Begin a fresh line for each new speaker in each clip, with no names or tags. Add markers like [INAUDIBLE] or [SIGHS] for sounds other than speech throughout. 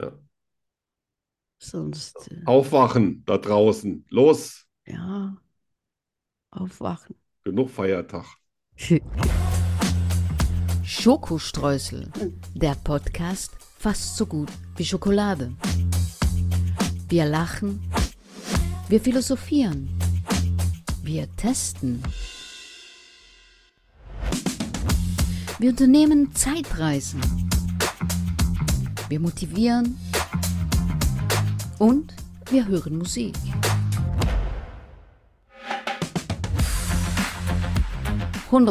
Ja.
Sonst, äh,
Aufwachen da draußen. Los,
ja, aufwachen.
genug Feiertag.
Schokostreusel, der Podcast fast so gut wie Schokolade. Wir lachen, wir philosophieren, wir testen. Wir unternehmen Zeitreisen. Wir motivieren und wir hören Musik.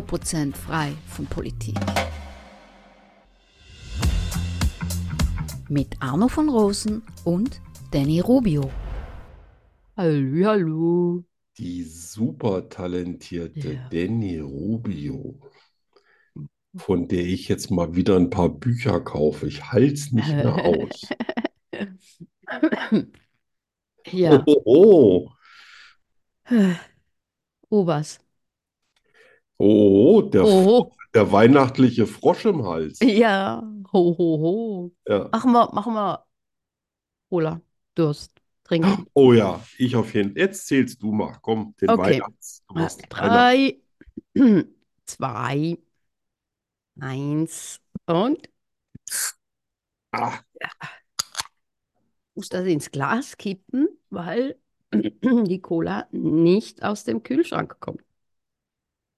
Prozent frei von Politik. Mit Arno von Rosen und Danny Rubio. Hallo, hallo.
Die super talentierte
Ja.
Danny Rubio, von der ich jetzt mal wieder ein paar Bücher kaufe. Ich halte es nicht mehr
Äh,
aus.
[LAUGHS] Ja,
Oh, oh,
[SIGHS]
Obers.
oh, oh, oh, der,
oh,
[LAUGHS] der weihnachtliche Frosch im Hals.
ja, ho, ho, ho.
Ja.
Machen wir, machen wir Cola, Durst,
[GASPS]
trinken.
Oh ja, ich auf jeden Fall. Jetzt zählst du mal. Komm, den
Okay. Ah,
Weihnachts. Du hast Weihnacht-
Drei, [CLEARS THROAT] zwei, eins und
Ah,
muss das ins Glas kippen, weil [CLEARS THROAT] die Cola nicht aus dem Kühlschrank kommt.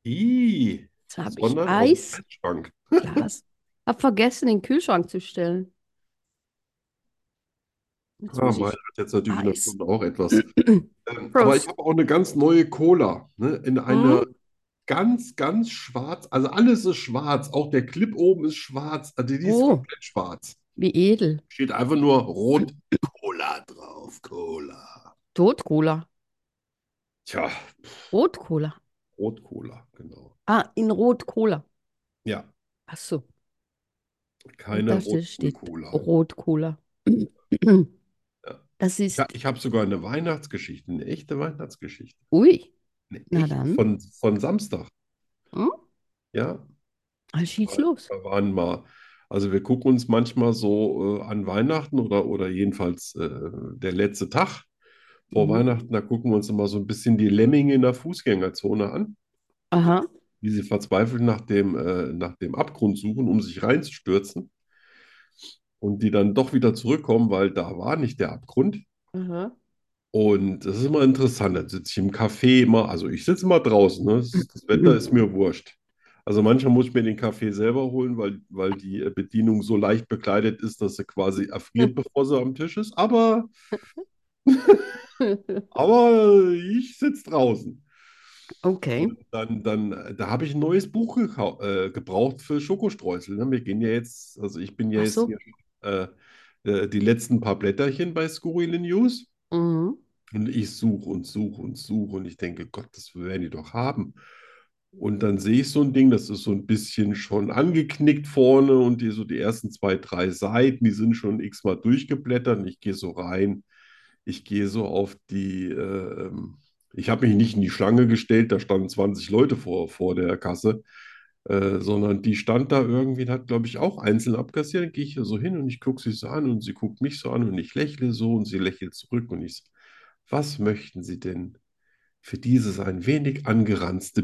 ii,
Jetzt habe ich
sondern aus dem Kühlschrank.
Eisglas. Hab vergessen, in den Kühlschrank zu stellen. Jetzt
Ja,
muss
meine hat jetzt natürlich in der
Eis.
Stunde
[CLEARS THROAT]
auch etwas.
ich
Ähm, aber ich
Prost.
habe auch eine ganz neue Cola, ne? In einer
Mhm.
ganz, ganz schwarz. Also alles ist schwarz. Auch der Clip oben ist schwarz. Also die ist
Oh.
komplett schwarz.
wie edel.
Steht einfach nur rot Cola drauf. Cola.
Rot-Cola.
Tja,
Rot-Cola.
Rot Cola, genau.
Ah, in Rot-Cola.
Ja,
Ach so,
keine
dachte,
rote
steht
Cola.
Rot-Cola. Das ist,
Ja, ich habe sogar eine Weihnachtsgeschichte, eine echte Weihnachtsgeschichte.
ui,
Eine
Na
echte
dann.
Von, von Samstag.
Hm?
Ja,
ah, schieß los.
Da waren mal, also wir gucken uns manchmal so äh, an Weihnachten oder, oder jedenfalls äh, der letzte Tag vor
Mhm.
Weihnachten, da gucken wir uns immer so ein bisschen die Lemminge in der Fußgängerzone an,
Aha,
wie sie verzweifelt nach dem, äh, nach dem Abgrund suchen, um sich reinzustürzen. Und die dann doch wieder zurückkommen, weil da war nicht der Abgrund.
aha.
Und das ist immer interessant. Dann sitze ich im Café immer, also ich sitze immer draußen, ne? Das, das Wetter ist mir wurscht. Also manchmal muss ich mir den Kaffee selber holen, weil, weil die äh, Bedienung so leicht bekleidet ist, dass sie quasi
[LAUGHS]
erfriert, bevor sie am Tisch ist. Aber, aber ich sitze draußen.
Okay.
Dann, dann, äh, da habe ich ein neues Buch gekau- äh, gebraucht für Schokostreusel. Ne? Wir gehen ja jetzt, also ich bin ja
Ach
jetzt
so.
hier, äh, äh, die letzten paar Blätterchen bei Skurrile News.
Mhm.
Und ich suche und suche und suche und ich denke, Gott, das werden die doch haben. Und dann sehe ich so ein Ding, das ist so ein bisschen schon angeknickt vorne und die so die ersten zwei, drei Seiten, die sind schon x-mal durchgeblättert und ich gehe so rein. Ich gehe so auf die, äh, ähm, ich habe mich nicht in die Schlange gestellt, da standen 20 Leute vor, vor der Kasse, äh, sondern die stand da irgendwie und hat, glaube ich, auch einzeln abkassiert. Dann gehe ich hier so hin und ich gucke sie so an und sie guckt mich so an und ich lächle so und sie lächelt zurück und ich so, was möchten Sie denn für dieses ein wenig angeranzte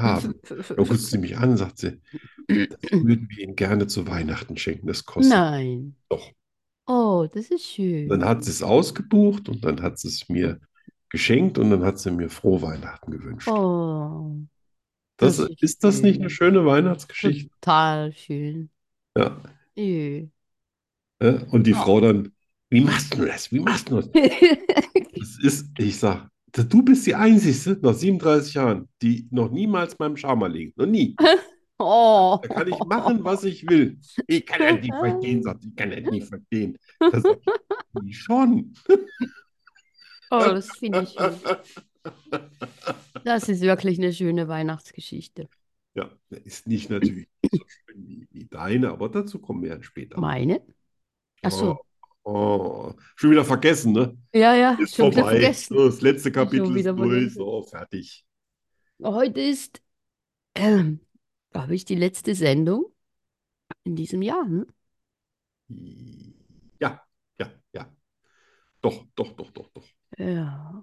[LAUGHS]
haben? Da guckt sie mich an und sagt sie, das würden wir Ihnen gerne zu Weihnachten schenken, das kostet.
Nein.
Doch.
Oh, das ist
Dann
schön.
hat sie es ausgebucht und dann hat sie es mir geschenkt und dann hat sie mir frohe Weihnachten gewünscht.
Oh,
das,
das ist
ist das nicht
schön.
eine schöne Weihnachtsgeschichte?
total schön.
Ja.
Jö.
ne? Und die
Ja.
Frau dann, wie machst du das? Wie machst du das? Das ist, ich sag, du bist die Einzige nach 37 Jahren, die noch niemals beim Schama liegt. Noch nie.
[LAUGHS] Oh.
Da kann ich machen, was ich will. Ich kann das nicht verstehen, sagt sie. Ich kann das nicht verstehen. Das sag ich, "Wie schon. [LAUGHS]
Oh, das finde ich schön. Das ist wirklich eine schöne Weihnachtsgeschichte.
Ja, das ist nicht natürlich so schön wie, wie deine, aber dazu kommen wir dann später.
Meine? Ach so.
Oh, oh. Schon wieder vergessen, ne?
Ja, ja,
Ist
schon wieder
vorbei.
vergessen.
So, das letzte Kapitel
Schon
ist
wieder
durch.
vergessen.
So, fertig.
Heute ist, ähm, glaube ich, die ne? letzte Sendung in diesem Jahr. Hm?
Ja, Doch, doch, doch, doch, doch.
Ja.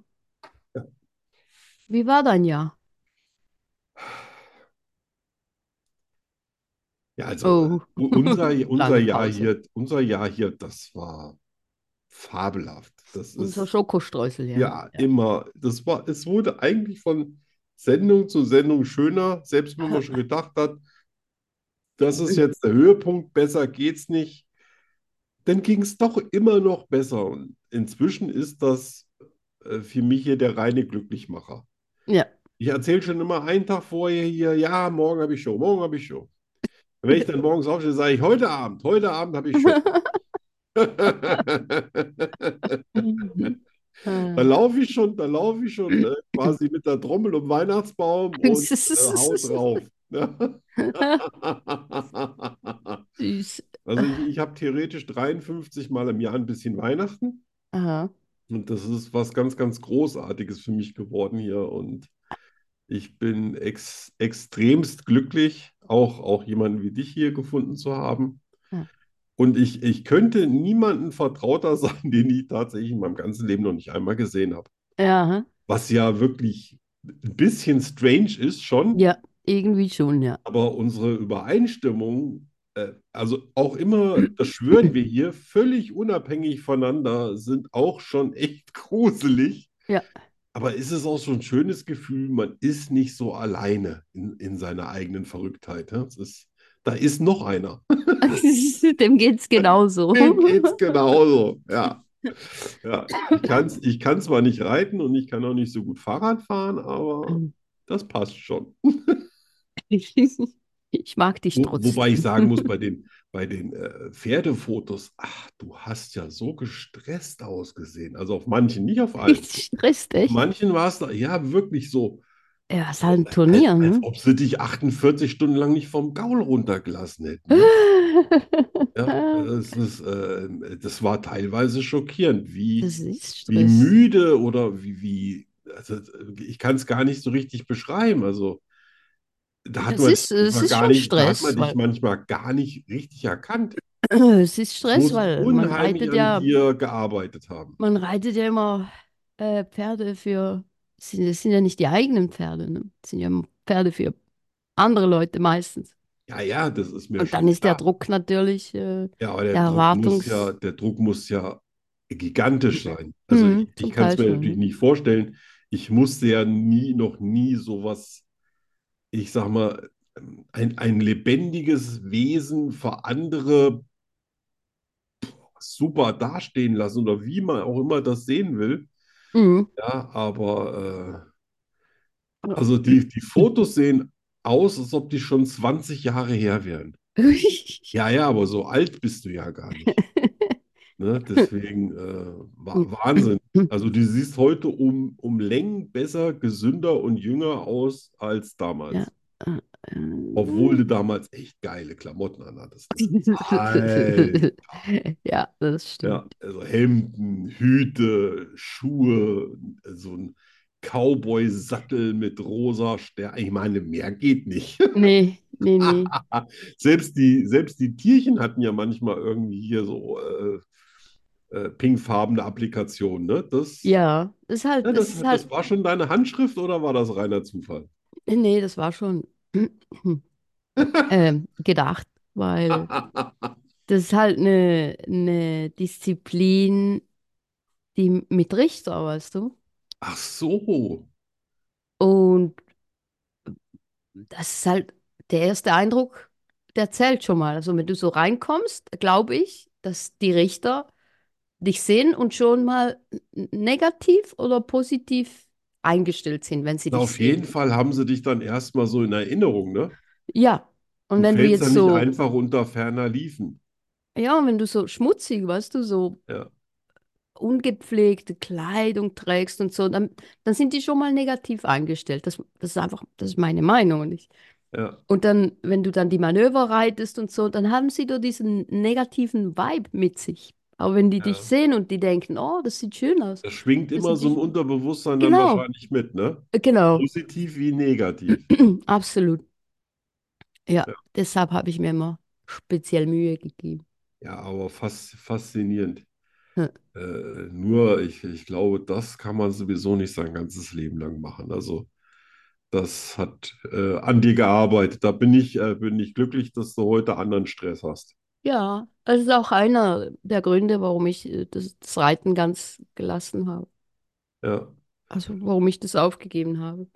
Ja.
Wie war dein Jahr?
Ja,
Oh.
also u-
[LAUGHS]
unser, unser
Lange
Jahr
Pause.
hier, unser Jahr hier, das war fabelhaft. Das
Unser
ist
Schokostreusel, ja.
ja immer, das war, es wurde eigentlich von Sendung zu Sendung schöner, selbst wenn
[LAUGHS]
man schon gedacht hat, das ist jetzt der Höhepunkt, besser geht's nicht. Dann ging es doch immer noch besser. Und inzwischen ist das äh, für mich hier der reine Glücklichmacher.
Ja.
Ich erzähle schon immer einen Tag vorher hier, ja, morgen habe ich Show, morgen habe ich Show. Und Wenn ich dann morgens aufstehe, sage ich, heute Abend, heute Abend habe ich Show.
[LAUGHS]
[LAUGHS] Da
Äh,
laufe ich schon, da laufe ich schon äh, quasi mit der Trommel um den Weihnachtsbaum und äh, hau drauf. ne? Also
süß.
ich, ich habe theoretisch 53 Mal im Jahr ein bisschen Weihnachten
Aha.
und das ist was ganz, ganz Großartiges für mich geworden hier und ich bin ex extremst glücklich, auch, auch jemanden wie dich hier gefunden zu haben.
Ja.
Und ich, ich könnte niemanden vertrauter [LAUGHS] sein, den ich tatsächlich in meinem ganzen Leben noch nicht einmal gesehen habe.
Ja, aha.
Was ja wirklich ein bisschen strange ist schon,
ja, irgendwie schon, ja. [LAUGHS]
aber unsere Übereinstimmung, äh, also auch immer, das schwören wir hier, völlig unabhängig voneinander, sind auch schon echt gruselig.
Ja.
Aber ist es auch so ein schönes Gefühl, man ist nicht so alleine in, in seiner eigenen Verrücktheit. Ja? Es ist, da ist noch einer.
Dem geht's genauso. [LAUGHS]
Dem geht's genauso. Ja. Ja, ich kann's, ich kann zwar nicht reiten und ich kann auch nicht so gut Fahrrad fahren, aber das passt schon.
[LAUGHS] Ich mag dich
Wo,
trotzdem. [LAUGHS]
wobei ich sagen muss, bei den, bei den äh, Pferdefotos, ach, du hast ja so gestresst ausgesehen. Also auf manchen, nicht auf allen.
Ich stress dich.
Manchen war es da, ja, wirklich so,
Ja, ist halt ein Turnier,
als, als
ne?
ob sie dich 48 Stunden lang nicht vom Gaul runtergelassen hätten.
[LAUGHS]
ne? Ja, das ist, äh, das war teilweise schockierend, wie,
Das ist
wie
Stress.
müde oder wie, wie, also ich kann es gar nicht so richtig beschreiben. Also da hat
Es
man,
ist- es
man
ist
gar
schon
nicht, da hat
Stress,
man dich
weil-
manchmal gar nicht richtig erkannt.
[CLEARS THROAT] Es ist Stress,
Muss
weil man
unheimlich
reitet
an
ja,
dir gearbeitet haben.
man reitet ja immer äh, Pferde für, das sind, das sind ja nicht die eigenen Pferde, ne? Das sind ja Pferde für andere Leute meistens.
Ja, ja, das ist mir
Und
schon
dann ist der
klar.
Druck natürlich, äh,
Ja, aber der
der
Druck muss
Erwartungs-
ja, der Druck muss ja gigantisch sein. Also
Mhm,
ich,
zum
ich kann es
Teil
mir
schon,
natürlich
ne?
nicht vorstellen. Ich musste ja nie, noch nie sowas, ich sag mal, ein, ein lebendiges Wesen für andere super dastehen lassen oder wie man auch immer das sehen will.
Mhm.
Ja, aber äh, also die, die Fotos sehen aus, als ob die schon 20 Jahre her wären. Ja, ja, aber so alt bist du ja gar nicht. Ne? Deswegen äh, wa Wahnsinn. Also du siehst heute um, um Längen besser, gesünder und jünger aus als damals.
Ja. [LAUGHS]
Obwohl du damals echt geile Klamotten anhattest. Alter.
Ja, das
Ja,
stimmt.
also Hemden, Hüte, Schuhe, so ein Cowboy-Sattel mit rosa Stern. Ich meine, mehr geht nicht.
Nee, nee,
[LAUGHS]
nee.
Selbst die, selbst die Tierchen hatten ja manchmal irgendwie hier so äh, äh, pinkfarbene Applikationen, ne? Das,
Ja, das ist halt,
ne,
das
das,
ist halt,
das war schon deine Handschrift oder war das reiner Zufall?
nee, das war schon ähm, gedacht, weil das ist halt eine, eine Disziplin, die mit Richter, weißt du?
[LAUGHS] Ach so.
Und das ist halt der erste Eindruck, der zählt schon mal. Also wenn du so reinkommst, glaube ich, dass die Richter dich sehen und schon mal n- negativ oder positiv eingestellt sind, wenn sie
Na,
dich
auf
sehen.
jeden Fall haben sie dich dann erstmal so in Erinnerung, ne?
Ja, und
Du
wenn du
fällst
jetzt
dann nicht
so,
einfach unter ferner Liefen.
ja, und wenn du so schmutzig, weißt du, so
Ja.
ungepflegte Kleidung trägst und so, dann, dann sind die schon mal negativ eingestellt. Das, das ist einfach, das ist meine Meinung und ich.
Ja.
Und dann, wenn du dann die Manöver reitest und so, dann haben sie doch diesen negativen Vibe mit sich. Aber wenn die dich
Ja.
sehen und die denken, oh, das sieht schön aus.
Das schwingt immer
Wissen
so im
Sie-
Unterbewusstsein dann
Genau.
wahrscheinlich mit, ne?
Äh, Genau,
Positiv wie negativ.
absolut. Ja,
Ja.
deshalb habe ich mir immer speziell Mühe gegeben.
Ja, aber fas faszinierend. Äh, nur, ich, ich glaube, das kann man sowieso nicht sein ganzes Leben lang machen. Also, das hat äh, an dir gearbeitet. Da bin ich, äh, bin ich glücklich, dass du heute anderen Stress hast.
Ja, das ist auch einer der Gründe, warum ich äh, das, das Reiten ganz gelassen habe.
Ja,
Also warum ich das aufgegeben habe.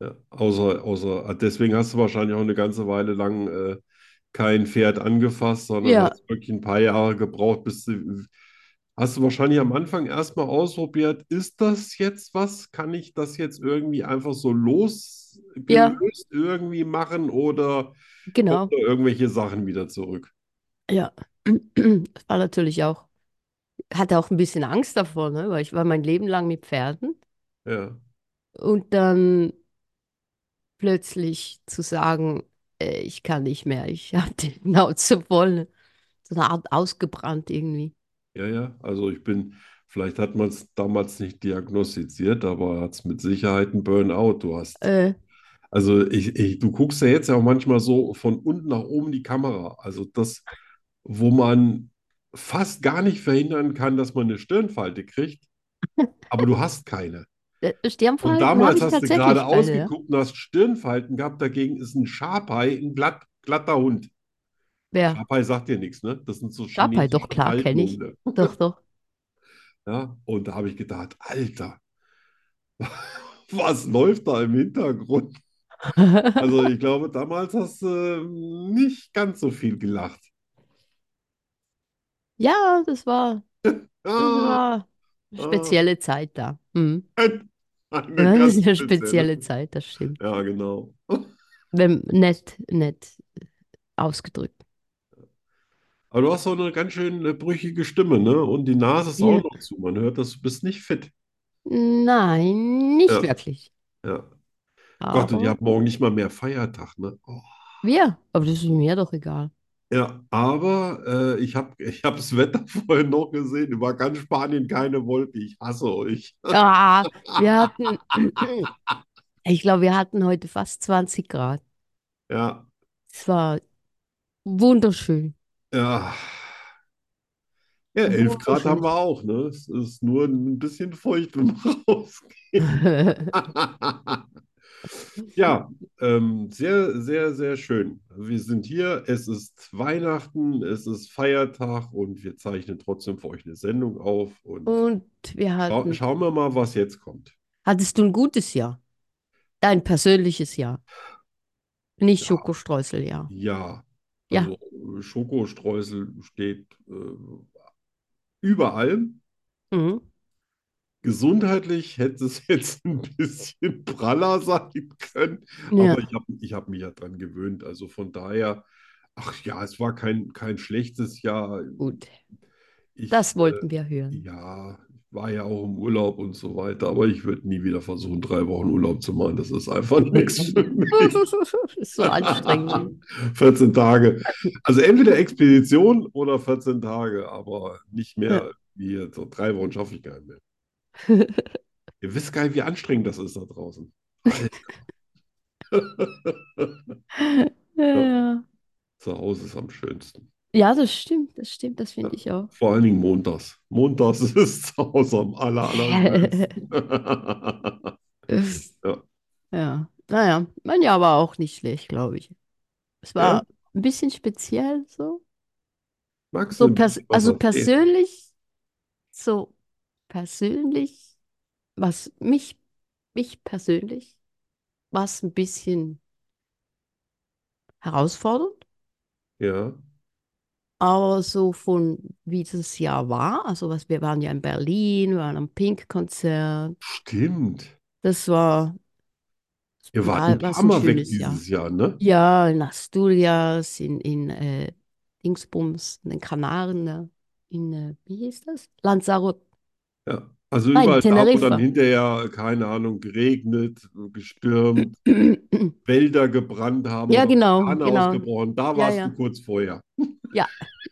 ja. Äh, Außer, außer, ah, deswegen hast du wahrscheinlich auch eine ganze Weile lang äh, kein Pferd angefasst, sondern
Ja.
hast wirklich ein paar Jahre gebraucht, bis du. Hast du wahrscheinlich am Anfang erstmal ausprobiert, ist das jetzt was? Kann ich das jetzt irgendwie einfach so
Ja,
losgelöst irgendwie machen oder kommen
genau.
da irgendwelche Sachen wieder zurück?
Ja. [CLEARS THROAT] Das war natürlich auch, hatte auch ein bisschen Angst davor, ne? Weil ich war mein Leben lang mit Pferden
Ja,
und dann plötzlich zu sagen, äh, ich kann nicht mehr, ich [LAUGHS] habe die Schnauze voll. So eine Art ausgebrannt irgendwie.
ja, ja. Also ich bin, vielleicht hat man es damals nicht diagnostiziert, aber hat es mit Sicherheit ein Burnout. Du hast,
Äh,
also ich, ich, du guckst ja jetzt ja auch manchmal so von unten nach oben die Kamera. Also das, wo man fast gar nicht verhindern kann, dass man eine Stirnfalte
[LAUGHS]
kriegt, aber du hast keine.
äh,
Und
Stirnfalten habe
damals
ich
hast du gerade
tatsächlich keine, ja.
ausgeguckt und hast Stirnfalten gehabt. Dagegen ist ein Schabhai ein glatt, glatter Hund. [LAUGHS]
Wer?
Schabhai sagt dir nichts, ne? Das sind so
Dabei, doch
chinesische
klar, kenne ich.
Alpenhunde.
Doch, doch.
Ja? Und da habe ich gedacht, Alter, [LAUGHS] was läuft da im Hintergrund?
[LAUGHS]
Also ich glaube, damals hast du äh, nicht ganz so viel gelacht.
Ja, das war, das
Ah,
war eine
ah,
spezielle Zeit da. Mhm.
[LAUGHS]
[LAUGHS]
eine
Ja, Das
ganz
ist eine
spezielle.
spezielle Zeit, das stimmt.
Ja, genau.
Wenn, nett, nett ausgedrückt.
Aber du hast auch eine ganz schön äh, brüchige Stimme, ne? Und die Nase ist auch
Ja.
noch zu. Man hört, dass du bist nicht fit.
Nein, nicht
Ja,
wirklich.
ja. Gott, und ihr
Aber
habt morgen nicht mal mehr Feiertag, ne? Oh.
wir, aber das ist mir doch egal.
Ja, aber äh, ich habe ich hab das Wetter [LAUGHS] vorhin noch gesehen. Über ganz Spanien keine Wolke. Ich hasse euch.
Ah, wir
[LAUGHS]
hatten, ich glaube, wir hatten heute fast 20 Grad.
Ja,
Es war
[LAUGHS]
wunderschön.
ja. Ja, 11 Grad haben
Wunderschön.
wir auch, ne? Es ist nur ein bisschen feucht, [LAUGHS] wenn man rausgeht. Ja, ähm, sehr, sehr, sehr schön. Wir sind hier, es ist Weihnachten, es ist Feiertag und wir zeichnen trotzdem für euch eine Sendung auf und
Und wir
schau,
hatten,
schauen wir mal, was jetzt kommt.
hattest du ein gutes Jahr? Dein persönliches Jahr. Nicht
Ja,
Schokostreusel, ja.
ja.
Ja,
Also Schokostreusel steht äh, über allem.
mhm.
Gesundheitlich hätte es [LAUGHS] jetzt ein bisschen praller sein können, aber
Ja.
ich habe ich hab mich ja dran gewöhnt. Also von daher, ach ja, es war kein, kein schlechtes Jahr.
Gut,
Ich,
das
äh,
wollten wir
[LAUGHS]
hören.
ja, war ja auch im Urlaub und so weiter, aber ich würde nie wieder versuchen, drei Wochen Urlaub zu machen. Das ist einfach
[LAUGHS]
nichts für mich.
Ist so anstrengend.
[LAUGHS] 14 Tage. Also entweder Expedition oder 14 Tage, aber nicht
Ja.
mehr. Wie jetzt, so drei Wochen schaffe ich gar nicht mehr.
[LAUGHS]
Ihr wisst gar nicht, wie anstrengend das ist da draußen. Alter. Ja,
Ja,
zu Hause ist am schönsten.
Ja, das stimmt, das stimmt, das finde
Ja.
ich auch.
Vor allen Dingen montags. Montags [LAUGHS] ist zu Hause am aller,
[LAUGHS]
allerschönsten. Ja. Ja.
Ja, naja, mein Jahr war auch nicht schlecht, glaube ich. Es
Ja,
war ein bisschen speziell so.
magst du
So
ein
pers
bisschen was
also
erzählen?
persönlich, so persönlich, was mich, mich persönlich, was ein bisschen herausfordernd,
Ja,
aber so von wie das Jahr war, also was wir waren ja in Berlin, wir waren am Pink-Konzert,
stimmt.
das war,
Ihr wart ein
war was
paar
ein
Mal weg
schönes Jahr.
dieses Jahr, ne?
Ja, in Asturias, in, in äh, Dingsbums, in den Kanaren, ne? in, äh, wie hieß das? Lanzarote.
Ja. Also
Nein,
überall da, wo dann
Teneriffa.
hinterher, keine Ahnung, geregnet, gestürmt, Wälder gebrannt haben
Ja,
oder
genau,
Vulkane
genau.
ausgebrochen, da
Ja,
warst du
ja.
kurz vorher.
Ja,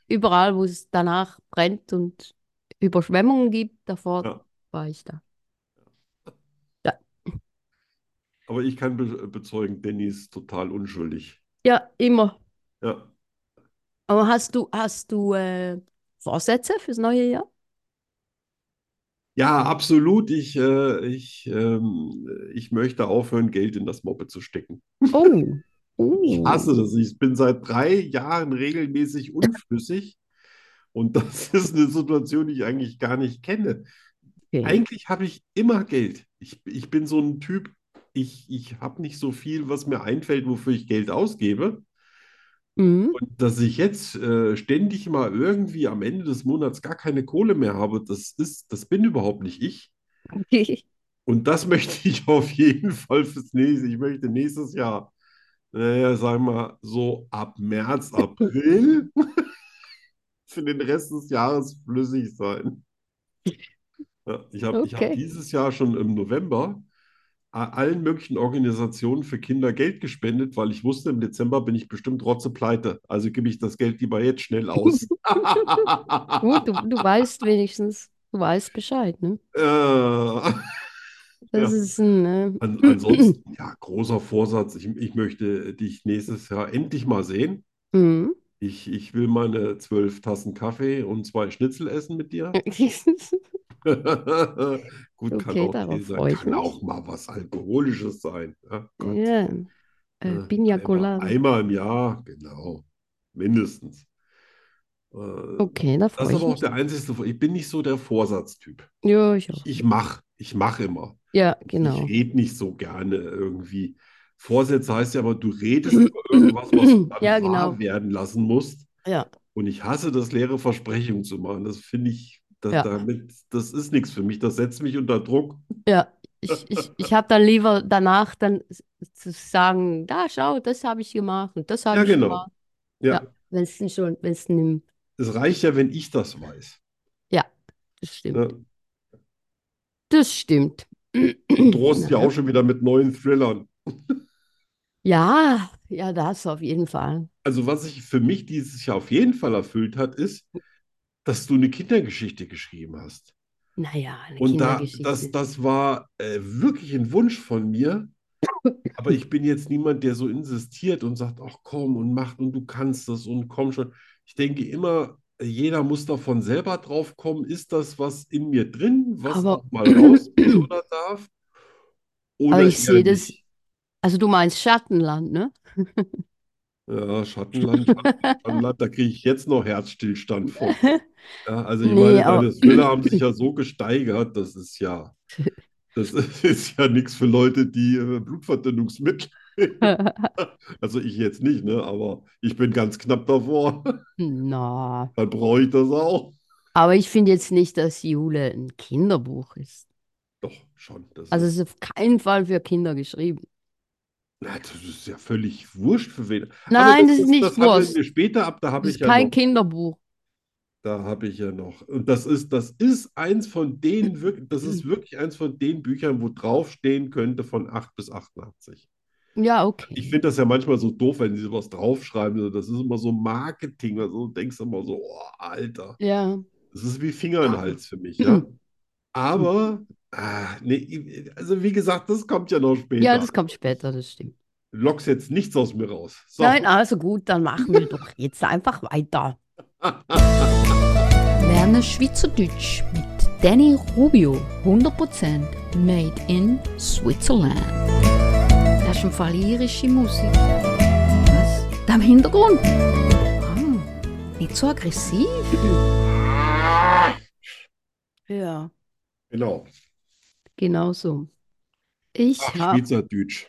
überall, wo es danach brennt und Überschwemmungen gibt, davor
Ja.
war ich da. Ja,
Aber ich kann be bezeugen, Danny ist total unschuldig.
ja, immer.
Ja.
Aber hast du, hast du äh, Vorsätze fürs neue Jahr?
Ja, absolut. Ich, äh, ich, ähm, ich möchte aufhören, Geld in das Moped zu stecken.
Oh.
Ich hasse das. Ich bin seit drei Jahren regelmäßig unflüssig. Und das [LAUGHS] ist eine Situation, die ich eigentlich gar nicht kenne.
Okay.
Eigentlich habe ich immer Geld. Ich, ich bin so ein Typ, ich, ich habe nicht so viel, was mir einfällt, wofür ich Geld ausgebe.
Mhm.
Und dass ich jetzt äh, ständig mal irgendwie am Ende des Monats gar keine Kohle mehr habe, das ist, das bin überhaupt nicht ich. Und das möchte ich [LAUGHS] auf jeden Fall fürs nächste. Ich möchte nächstes Jahr, naja, sagen wir mal, so ab März, April [LAUGHS] für den Rest des Jahres flüssig sein. Ja, ich habe ich hab
Okay.
dieses Jahr schon im November a- allen möglichen Organisationen für Kinder Geld gespendet, weil ich wusste, im Dezember bin ich bestimmt rotzepleite. Also gebe ich das Geld lieber jetzt schnell aus. [LAUGHS]
Gut, du, du weißt wenigstens, du weißt Bescheid, ne?
Äh,
Das
Ja.
ist ein, äh,
An,
[CLEARS THROAT]
ansonsten, ja, großer Vorsatz. Ich, ich möchte dich nächstes Jahr endlich mal sehen.
Mhm. [LAUGHS]
Ich, ich will meine zwölf Tassen Kaffee und zwei Schnitzel essen mit dir. [LAUGHS] Gut, kann
Okay,
auch Tee
darauf
sein,
freue ich
kann
mich.
auch mal was Alkoholisches sein. Ja, Gott,
Ja, äh,
ne?
Piña
Einmal,
Colada.
einmal im Jahr, genau, mindestens. Äh,
Okay, da
das
freue
ist
ich
aber auch
mich.
der einzige, ich bin nicht so der Vorsatztyp.
Ja, ich
Ich,
auch
ich
nicht.
mache, ich mache immer.
Ja,
Ich
genau.
rede nicht so gerne irgendwie. Vorsätze heißt ja aber,
[CLEARS THROAT]
du redest über irgendwas, was du
Ja,
dann wahr
genau.
werden lassen musst.
Ja,
Und ich hasse das, leere Versprechungen zu machen. Das finde ich, da,
ja,
damit, das ist nichts für mich. Das setzt mich unter Druck.
ja. Ich, ich, ich habe dann lieber danach dann s- zu sagen, da schau, das habe ich gemacht und das habe
Ja,
ich
genau.
gemacht. Ja,
Ja,
wenn es denn schon, wenn es denn,
es reicht ja, wenn ich das weiß.
ja, das stimmt.
Ne?
Das stimmt.
Du drohst ja auch
Naja.
schon wieder mit neuen Thrillern.
Ja, ja, das auf jeden Fall.
Also, was sich für mich dieses Jahr auf jeden Fall erfüllt hat, ist, dass du eine Kindergeschichte geschrieben hast.
Naja, eine
Und da, das,
Kindergeschichte.
das war äh, wirklich ein Wunsch von mir. Aber ich bin jetzt niemand, der so insistiert und sagt, ach komm und mach und du kannst das und komm schon. Ich denke immer, jeder muss davon selber drauf kommen. Ist das was in mir drin, was
Aber,
auch mal raus will oder darf
aber
oder
ich
eher
sehe das,
nicht?
also du meinst Schattenland, ne? [LAUGHS]
Ja, Schattenland, Schattenland, Schattenland, da kriege ich jetzt noch Herzstillstand von. Ja, also ich
Nee,
meine,
aber
deine Thriller haben sich ja so gesteigert, das ist ja, das [LAUGHS] ist ja nichts für Leute, die äh, Blutverdünnungsmittel.
[LAUGHS]
Also ich jetzt nicht, ne? Aber ich bin ganz knapp davor.
na,
Dann brauche ich das auch.
aber ich finde jetzt nicht, dass Jule ein Kinderbuch ist.
Doch, schon. Das
Also
ist,
es ist auf keinen Fall für Kinder geschrieben.
na, das ist ja völlig wurscht für wen. Aber
Nein,
das,
das ist
das,
nicht
das handeln
Wurst.
wir später ab. Da habe
Das ist
ich ja
kein
noch,
Kinderbuch.
da habe ich ja noch. Und das ist, das ist eins von den, wirk-
[CLEARS THROAT]
das ist wirklich eins von den Büchern, wo draufstehen könnte von 8 bis 88.
Ja,
Ich
okay.
finde das ja manchmal so doof, wenn sie sowas draufschreiben. Das ist immer so Marketing. Also du denkst immer so, oh, Alter.
Ja.
Das ist wie Finger in den Hals für mich, ja.
Hm.
Aber, ah, nee, also wie gesagt, das kommt ja noch
Ja,
später.
das kommt später, das stimmt.
Du lockst jetzt nichts aus mir raus.
Nein,
So.
also gut, dann machen wir doch jetzt einfach weiter.
Lerne Schweizerdeutsch mit Danny Rubio. 100% made in Switzerland. Das ist im Fall irische Musik. Was? Da im Hintergrund? Ah, nicht so aggressiv.
Ja,
Genau.
genau so. Ich
Ach,
habe
Schweizerdeutsch.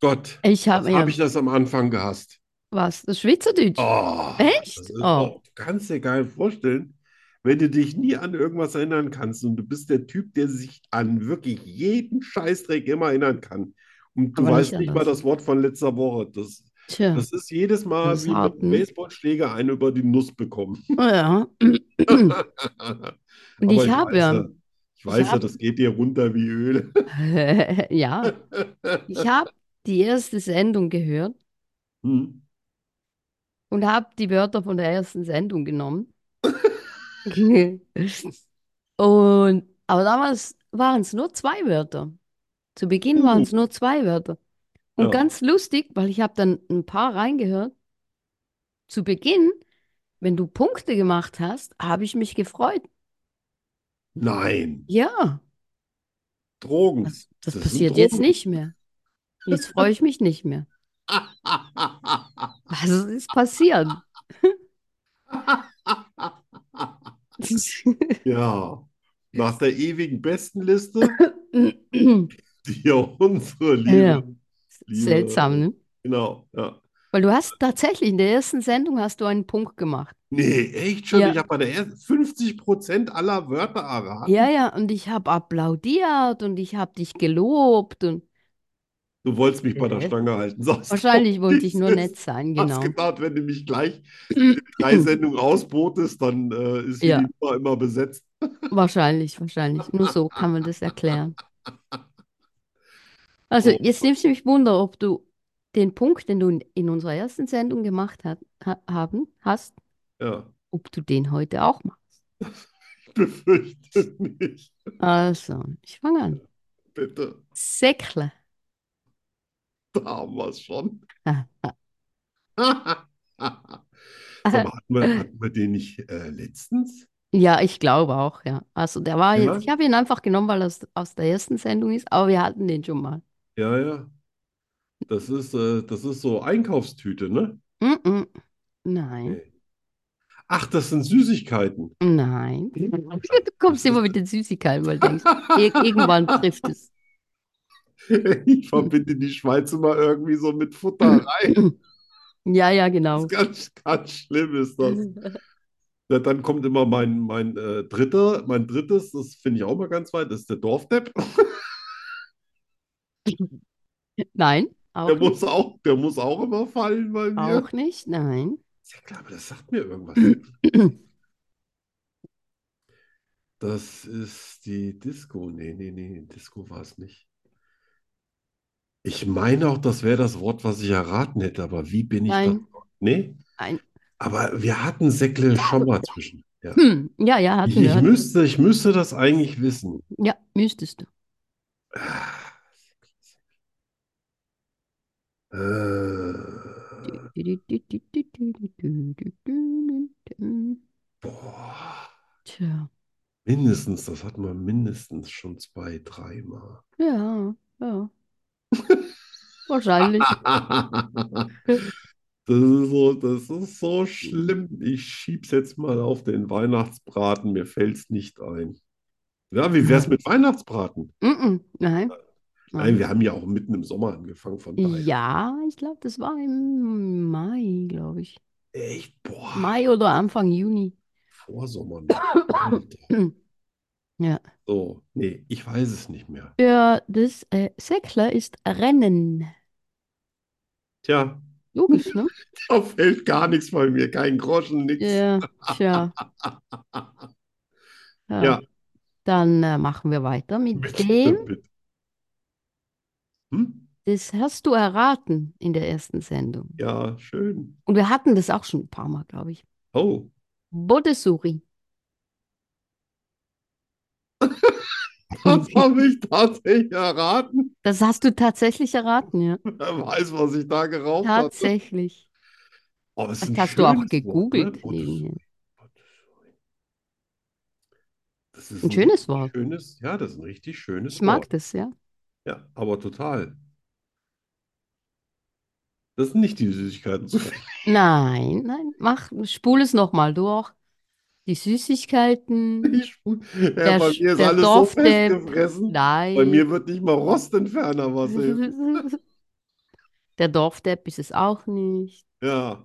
Gott,
[CLEARS THROAT] ich
was
habe
habe
ja
ich das am Anfang gehasst?
was, das Schweizerdeutsch.
Oh, das
Echt?
ist,
Oh.
oh, kannst dir gar nicht vorstellen, wenn du dich nie an irgendwas erinnern kannst und du bist der Typ, der sich an wirklich jeden Scheißdreck immer erinnern kann und du
Aber nicht
weißt nicht mal
anders.
das Wort von letzter Woche. Das,
Tja,
das ist jedes
das
Mal
ist
wie mit
hart,
einem
ne?
Baseballschläger einen über die Nuss bekommen.
Oh, Ja.
[LAUGHS] [CLEARS THROAT]
Und
Aber
ich
ich
habe
weiß
ja,
ja, ich
ich
weiß ja,
habe,
das geht dir runter wie Öl. [LAUGHS]
[LAUGHS] ja, ich habe die erste Sendung gehört
Hm.
und habe die Wörter von der ersten Sendung
[LAUGHS]
genommen. Und, aber damals waren es nur zwei Wörter. Zu Beginn waren
Uh,
es nur zwei Wörter. Und
ja.
ganz lustig, weil ich habe dann ein paar reingehört. Zu Beginn, wenn du Punkte gemacht hast, habe ich mich gefreut.
Nein,
Ja,
Drogen.
das, das
Das sind
passiert jetzt
Drogen.
nicht mehr. Jetzt freue ich mich nicht mehr. Was ist passiert?
[LAUGHS] Ja, nach der ewigen Bestenliste, die [LAUGHS] ja unsere liebe,
Ja.
liebe,
Seltsam, ne?
genau, ja.
Weil du hast tatsächlich in der ersten Sendung hast du einen Punkt gemacht.
Nee, echt schon,
Ja.
ich habe bei der ersten 50 Prozent aller Wörter erraten.
Ja, ja, und ich habe applaudiert und ich habe dich gelobt und
Du wolltest mich bei der
Hä?
Stange halten, sagst du.
Äh. [LAUGHS] wahrscheinlich wollte ich nur
Dieses-
nett sein,
Hast
genau.
gedacht, wenn du
[CLEARS THROAT]
mich gleich drei Sendungen ausbotest, dann äh, ist die
Ja.
Nummer immer besetzt.
Wahrscheinlich, wahrscheinlich. Nur so kann man das erklären. Also,
Oh.
jetzt nimmst du mich Wunder, ob du den Punkt, den du in, in unserer ersten Sendung gemacht hat, ha, haben, hast,
Ja, [LAUGHS]
ob du den heute auch machst.
ich befürchte nicht.
Also, ich fange an.
Bitte,
Säckle.
da haben wir es schon. [LAUGHS]
Ha, ha.
Sag mal, hatten wir, hatten wir den nicht äh, letztens?
Ja, ich glaube auch, ja. Also, der war
Ja?
jetzt, ich habe ihn einfach genommen, weil das aus der ersten Sendung ist, aber wir hatten den schon mal.
Ja, ja. Das ist, äh, das ist so Einkaufstüte, ne?
Mm-mm. Nein,
Ach, das sind Süßigkeiten. [LAUGHS]
nein. [LAUGHS] Du kommst immer mit den Süßigkeiten, weil du denkst, ir
[LAUGHS]
irgendwann trifft es.
Ich verbinde die Schweiz immer irgendwie so mit
Genau.
Futterei.
Ja, ja,
Das
genau.
ist ganz, ganz schlimm ist das. Na, dann kommt immer mein, mein äh, dritter, mein drittes, das finde ich auch mal ganz weit, das ist der Dorfdepp.
Nein, auch
Der
nicht.
muss auch, der muss auch immer fallen bei mir.
Auch nicht, nein.
Ist ja klar, aber das sagt
[CLEARS THROAT]
mir irgendwas. Das ist die Disco. Nee, nee, nee, Disco war es nicht. Ich meine auch, das wäre das Wort, was ich erraten hätte, aber wie bin ich da?
Nein.
Nee,
Ein,
aber wir hatten Säckle schon mal zwischen. Ja.
hm, ja, ja, hatten
Ich,
wir.
[LAUGHS] ich,
hatten wir.
müsste, ich müsste das eigentlich wissen.
Ja, müsstest du.
Äh, boah,
Tja,
mindestens, das hat man mindestens schon zwei,
[LAUGHS]
dreimal.
ja,
[LAUGHS]
ja. Wahrscheinlich.
Das ist so, das ist so schlimm. Ich schieb's jetzt mal auf den Weihnachtsbraten. Mir fällt's nicht ein. Ja, wie wär's mit Weihnachtsbraten?
Mm-mm, nein.
Nein, wir haben ja auch mitten im Sommer angefangen, von daher.
Ja, ich glaube, das war im Mai, glaube ich.
Echt, boah,
Mai oder Anfang Juni. [CLEARS THROAT] [COUGHS]
Vorsommer noch. Alter.
Ja.
So, nee, ich weiß es nicht mehr.
Für das äh, Säckler ist Rennen.
Tja, [LAUGHS]
Logisch, ne?
da fällt gar nichts bei mir. Kein Groschen, nichts.
Ja, tja. Ja.
Ja.
Dann äh, machen wir weiter mit dem.
Bitte, bitte. Hm?
Das hast du erraten in der ersten Sendung.
Ja, schön.
Und wir hatten das auch schon ein paar Mal, glaube ich. [LAUGHS]
Oh.
Bodesuri.
Das habe ich tatsächlich erraten.
Das hast du tatsächlich erraten, ja.
Wer weiß, was ich da geraucht habe.
Tatsächlich.
Oh, das
Das
ist ein
hast du auch
schönes
gegoogelt
Wort, ne?
nebenher.
Das ist
Ein schönes Wort.
Schönes, ja, das ist ein richtig schönes
Ich mag
Wort.
das, ja.
Ja, aber total. Das sind nicht die Süßigkeiten. [LAUGHS]
Nein, nein, mach, spul es nochmal durch. Die Süßigkeiten,
Ich, ja, bei
Der
mir
Sch-
ist
der
alles so
Dorfdepp,
festgefressen. Bei
Fleisch.
mir eh wird nicht mal Rostentferner was
[LAUGHS]
helfen.
Der Dorfdepp ist es auch nicht.
[LAUGHS] Ja.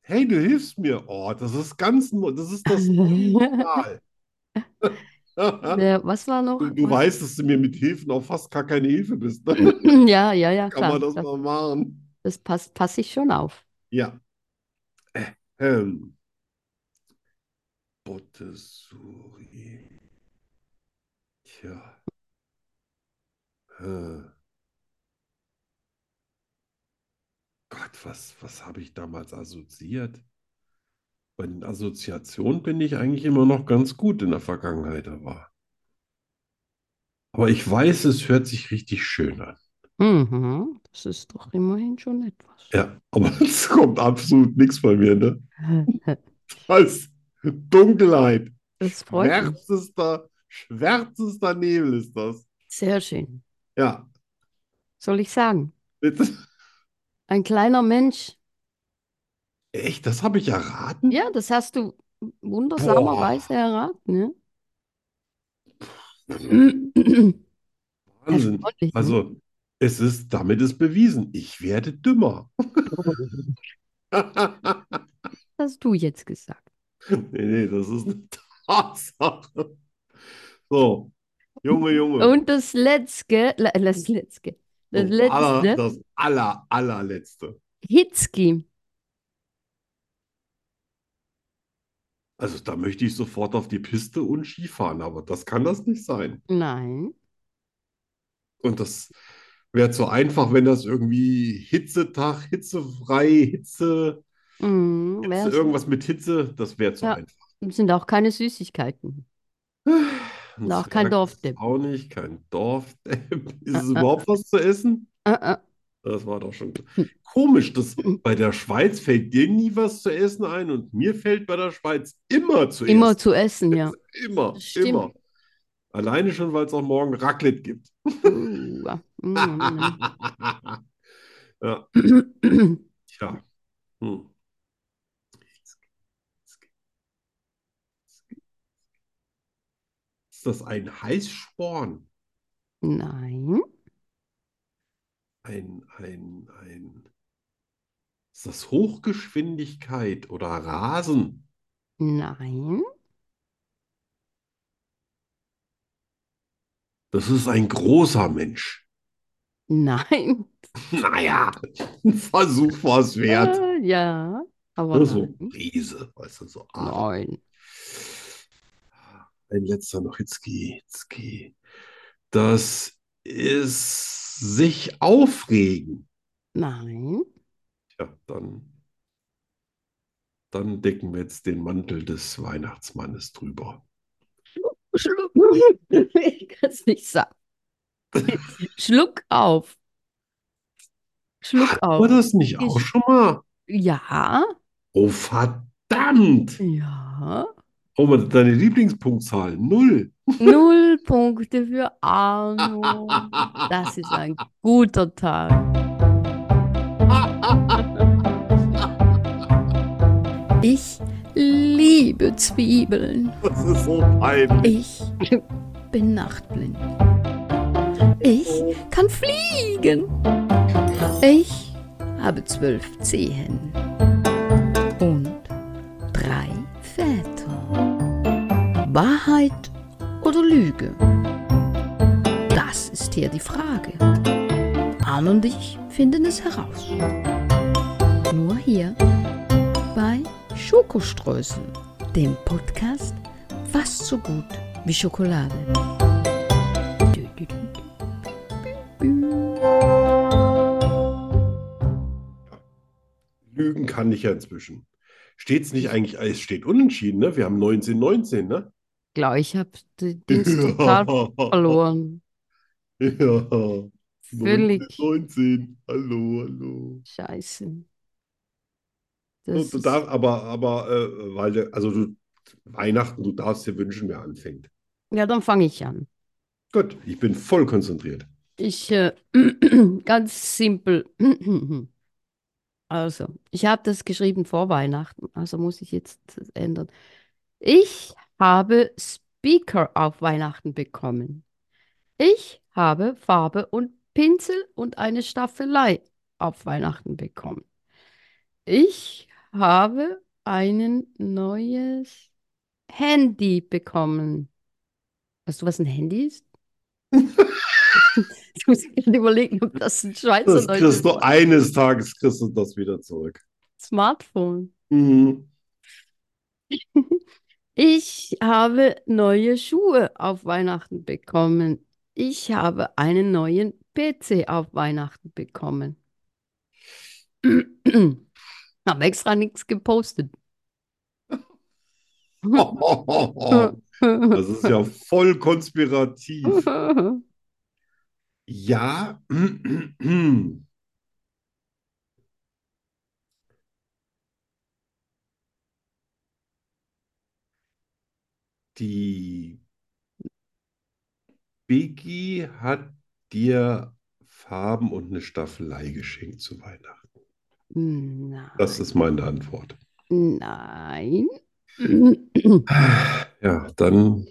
Hey, du hilfst mir. Oh, das ist ganz, neu- das ist
[LAUGHS]
das Original.
Der, was war noch?
Du, du
Was?
weißt, dass du mir mit Hilfen auch fast gar keine Hilfe bist. Ne?
[CLEARS THROAT] Ja, ja, ja,
Kann man
klar.
das
Das,
mal machen?
das passt, passe ich schon auf.
Ja. Äh, Ähm. Bottesuri. Tja. Äh. Gott, was, was habe ich damals assoziiert? Bei den Assoziationen bin ich eigentlich immer noch ganz gut in der Vergangenheit, aber. Aber ich weiß, es hört sich richtig schön an.
Mhm, das ist doch immerhin schon etwas.
Ja, aber [LAUGHS] es kommt absolut nichts bei mir, ne? Als Dunkelheit,
[LAUGHS] Das freut mich.
schwärzester Schwärzester Nebel ist das.
Sehr schön.
Ja,
Soll ich sagen?
bitte.
Ein kleiner Mensch.
Echt, das habe ich erraten?
Ja, das hast du wundersamerweise erraten. Ne?
Wahnsinn.
Erstaunlich, ne?
Also, es ist, damit ist bewiesen, ich werde dümmer. [LAUGHS]
Das hast du jetzt gesagt.
Nee, nee, das ist eine Tatsache. So, Junge, Junge.
Und das letzte, le- äh, das letzte,
Oh,
das
Das aller,
letzte, ne?
das aller, allerletzte.
Hitzki.
Also da möchte ich sofort auf die Piste und Skifahren, aber das kann das nicht sein.
Nein.
Und das wäre zu einfach, wenn das irgendwie Hitzetag, hitzefrei, Hitze,
Mhm,
Hitze,
wär's-
irgendwas mit Hitze, das wäre zu
Ja.
einfach.
sind auch keine Süßigkeiten.
Ein
Und auch kein
Zwerg
Dorfdepp.
ist Auch nicht, kein Dorfdepp. [LAUGHS] Ist
[LAUGHS]
es
Ah, ah.
überhaupt was zu essen?
Äh, äh,
Das war doch schon
Hm.
komisch, dass
Hm.
bei der Schweiz fällt dir nie was zu essen ein und mir fällt bei der Schweiz immer zu
immer
essen.
zu essen,
[LAUGHS]
ja.
Immer,
Das stimmt.
immer. Alleine schon, weil es auch morgen Raclette gibt.
Uh, ah,
[LAUGHS]
mm,
Ja,
mm, mm.
tja. Hm. Ist das ein Heißsporn?
Nein.
Ein, ein, ein. Ist das Hochgeschwindigkeit oder Rasen?
Nein.
Das ist ein großer Mensch. [LAUGHS]
Nein.
Naja, ein Versuch war es wert.
Äh, [LAUGHS] ja. Aber
Ne, so
nein.
Riese, weißt du, so Adler.
Nein.
Ein letzter noch, Hitzki, Hitzki. Das ist sich aufregen.
Nein.
Ja, dann, dann decken wir jetzt den Mantel des Weihnachtsmannes drüber. [LAUGHS]
Schluck. Ich kann es nicht sagen. Schluck auf. Schluck
War
auf.
das nicht auch schon mal?
Ja.
Oh, verdammt!
Ja.
Oh, Mann, deine Lieblingspunktzahl,
[LAUGHS]
null.
Null Punkte für Arno. Das ist ein guter Tag.
Ich liebe Zwiebeln.
Das ist so peinlich.
Ich bin nachtblind. Ich kann fliegen. Ich habe zwölf Zehen und drei Väter. Wahrheit oder Lüge? Das ist hier die Frage. Arne und ich finden es heraus. Nur hier bei Schokoströßen, dem Podcast fast so gut wie Schokolade. Dü, dü, dü, dü, dü.
Lügen kann ich ja inzwischen. Steht es nicht eigentlich, äh, es steht unentschieden, ne? Wir haben 19, 19, ne?
Klar, ich habe den
[LAUGHS]
Dienst total verloren.
Ja.
Völlig
19. Hallo, hallo.
scheiße.
Und
Das
du
ist-
darfst, aber, aber, äh, weil, der- also du, Weihnachten, du darfst dir wünschen, wer anfängt.
ja, dann fange ich an.
Gut, ich bin voll konzentriert.
Ich, äh, [CLEARS THROAT] ganz simpel. Also, ich habe das geschrieben vor Weihnachten, also muss ich jetzt das ändern. Ich habe Speaker auf Weihnachten bekommen. Ich habe Farbe und Pinsel und eine Staffelei auf Weihnachten bekommen. Ich habe ein neues Handy bekommen. Weißt du, was ein Handy ist? Ich muss gerade überlegen, ob das ein
Das
Schweizerdeutsches
kriegst du eines Tages kriegst du das wieder zurück.
Smartphone.
Mhm.
Ich habe neue Schuhe auf Weihnachten bekommen. Ich habe einen neuen PC auf Weihnachten bekommen. [CLEARS THROAT] Habe extra nichts gepostet.
Das ist ja voll konspirativ. Ja, die Biggie hat dir Farben und eine Staffelei geschenkt zu Weihnachten.
Nein.
Das ist meine Antwort.
[LAUGHS] Nein.
[LAUGHS] Ja, dann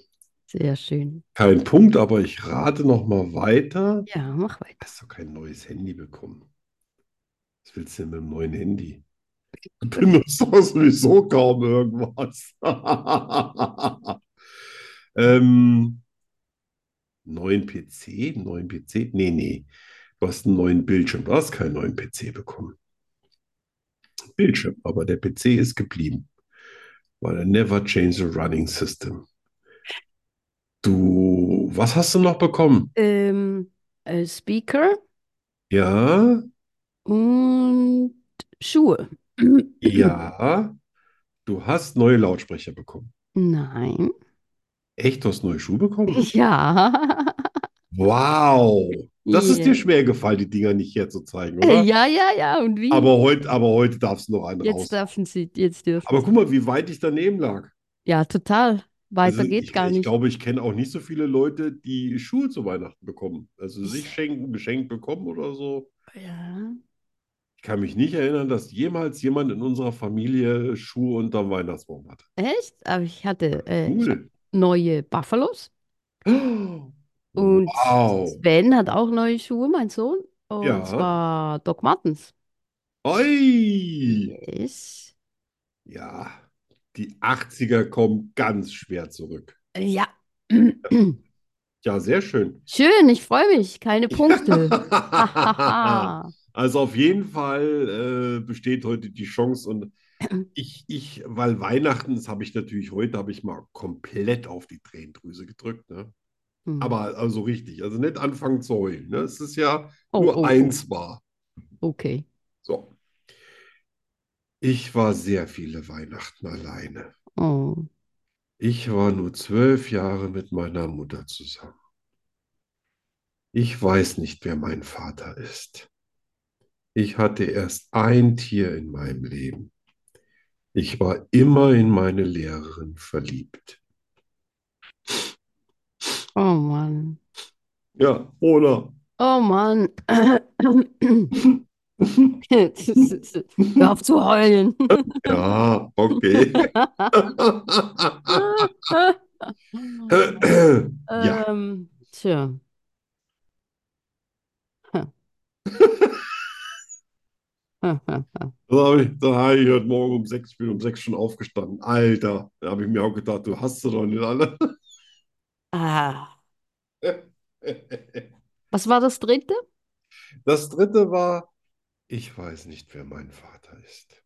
Sehr schön.
kein Punkt, aber ich rate noch mal weiter.
Ja, mach weiter.
Hast du kein neues Handy bekommen? Was willst du denn mit dem neuen Handy? Du benutzt doch sowieso kaum irgendwas. [LAUGHS] ähm, neuen PC? Neuen PC? Nee, nee. Du hast einen neuen Bildschirm. Du hast keinen neuen PC bekommen. Bildschirm, aber der PC ist geblieben. Weil I never change the running system. Du, was hast du noch bekommen?
Ähm, äh, Speaker
Ja,
und Schuhe.
ja. Du hast neue Lautsprecher bekommen.
[CLEARS THROAT] Nein.
Echt, du hast neue Schuhe bekommen?
Ja.
Wow, das ist
Ja. Äh,
dir schwer gefallen, die Dinger nicht herzuzeigen, oder?
Ja, ja, ja. Und wie?
Aber heute, aber heute darfst du noch einen raus.
jetzt dürfen sie, jetzt dürfen.
Aber guck mal, wie weit ich daneben lag.
Ja, total. Weiter
Also
geht
ich,
gar
ich
nicht.
glaube, ich kenne auch nicht so viele Leute, die Schuhe zu Weihnachten bekommen. Also sich schenken, geschenkt bekommen oder so.
ja.
Ich kann mich nicht erinnern, dass jemals jemand in unserer Familie Schuhe unterm Weihnachtsbaum hatte.
Echt? Aber ich hatte äh, ich
Cool.
hab neue Buffalos
[GASPS]
und
Wow.
Sven hat auch neue Schuhe, mein Sohn. Und
Ja.
zwar Doc Martens.
Oi.
Yes.
Ja, die 80er kommen ganz schwer zurück.
Ja. [CLEARS THROAT]
Ja, sehr schön.
Schön, ich freue mich. Keine Punkte. Hahaha.
[LAUGHS] Also auf jeden Fall äh, besteht heute die Chance und ich, ich, weil Weihnachten, das habe ich natürlich heute, habe ich mal komplett auf die Tränendrüse gedrückt, ne?
Hm.
Aber also richtig, also nicht anfangen zu heulen, ne? Es ist ja
Oh,
nur
oh, oh.
eins war.
Okay.
So. Ich war sehr viele Weihnachten alleine.
Oh.
Ich war nur zwölf Jahre mit meiner Mutter zusammen. Ich weiß nicht, wer mein Vater ist. Ich hatte erst ein Tier in meinem Leben. Ich war immer in meine Lehrerin verliebt.
Oh Mann.
Ja, [LAUGHS] oder?
Oh
[CLEARS THROAT]
Mann. [CLEARS THROAT] [LAUGHS] Hör auf zu heulen.
Ja, [LAUGHS] okay. Eh, Ja.
Ähm, tja. [LAUGHS] Hm. Hm, hm, hm.
Da habe ich, da hab ich heute Morgen um sechs, ich bin um sechs schon aufgestanden. Alter, da habe ich mir auch gedacht, du hast sie doch nicht alle. [LAUGHS]
Ah. Was war das dritte?
Das dritte war, ich weiß nicht, wer mein Vater ist.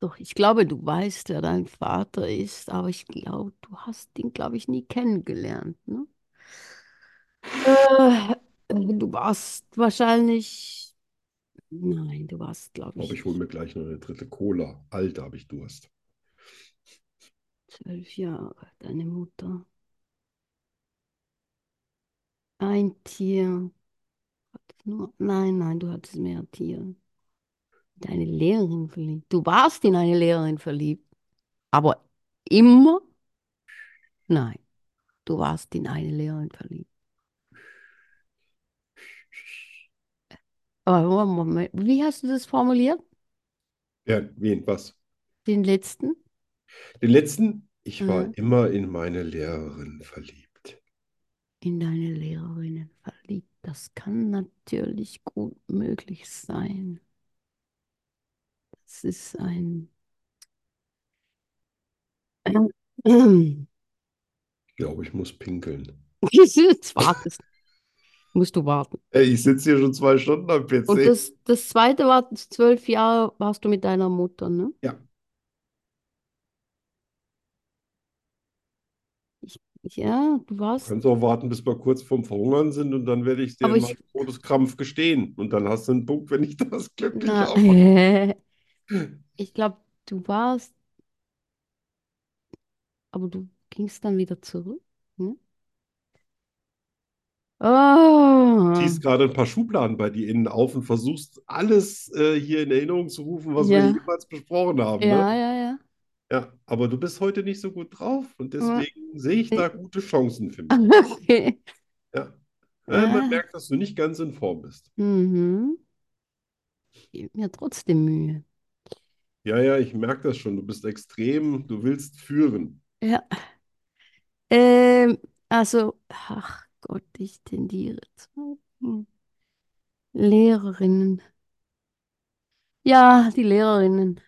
Doch, ich glaube, du weißt, wer dein Vater ist, aber ich glaube, du hast ihn, glaube ich, nie kennengelernt, ne? Äh, du warst wahrscheinlich. Nein, du warst,
Ich
glaube
glaube,
ich,
ich hole mir gleich noch eine dritte Cola. Alter, habe ich Durst.
zwölf Jahre, deine Mutter. Ein Tier. Hattest Nur, nein, nein, du hattest mehr Tiere. Deine Lehrerin verliebt. Du warst in eine Lehrerin verliebt. Aber immer? Nein, du warst in eine Lehrerin verliebt. Aber Moment, wie hast du das formuliert?
Ja, wen, was?
Den letzten?
Den letzten, ich war
Mhm.
immer in meine Lehrerin verliebt.
in deine Lehrerinnen verliebt. Das kann natürlich gut möglich sein. Das ist ein. [CLEARS THROAT]
Ich glaube, ich muss pinkeln.
Jetzt wartest. Musst du warten.
Ey, ich sitze hier schon zwei Stunden am
Und
PC.
das, das zweite war, zwölf Jahre warst du mit deiner Mutter, ne?
Ja.
Ich, ja, du
Du
warst.
kannst auch warten, bis wir kurz vorm Verhungern sind und dann werde ich dir
Aber
in
ich-
meinem Todeskrampf gestehen. Und dann hast du einen Punkt, wenn ich das glücklich
Na,
habe.
[LAUGHS] ich glaube, du warst. Aber du gingst dann wieder zurück, ne? Ah.
ziehst gerade ein paar Schubladen bei dir innen auf und versuchst alles äh, hier in Erinnerung zu rufen, was
Ja.
wir jemals besprochen haben. Ne?
Ja, [LAUGHS] ja, ja.
Ja, aber du bist heute nicht so gut drauf
Ah.
und deswegen sehe ich da gute Chancen für mich.
Okay.
Ja. Äh,
Ah.
man merkt, dass du nicht ganz in Form bist.
Mhm. Gib mir trotzdem Mühe.
Ja, ja, ich merke das schon. Du bist extrem, du willst führen.
Ja. Ähm, also, ach Gott, ich tendiere zu Hm. Lehrerinnen. Ja, die Lehrerinnen.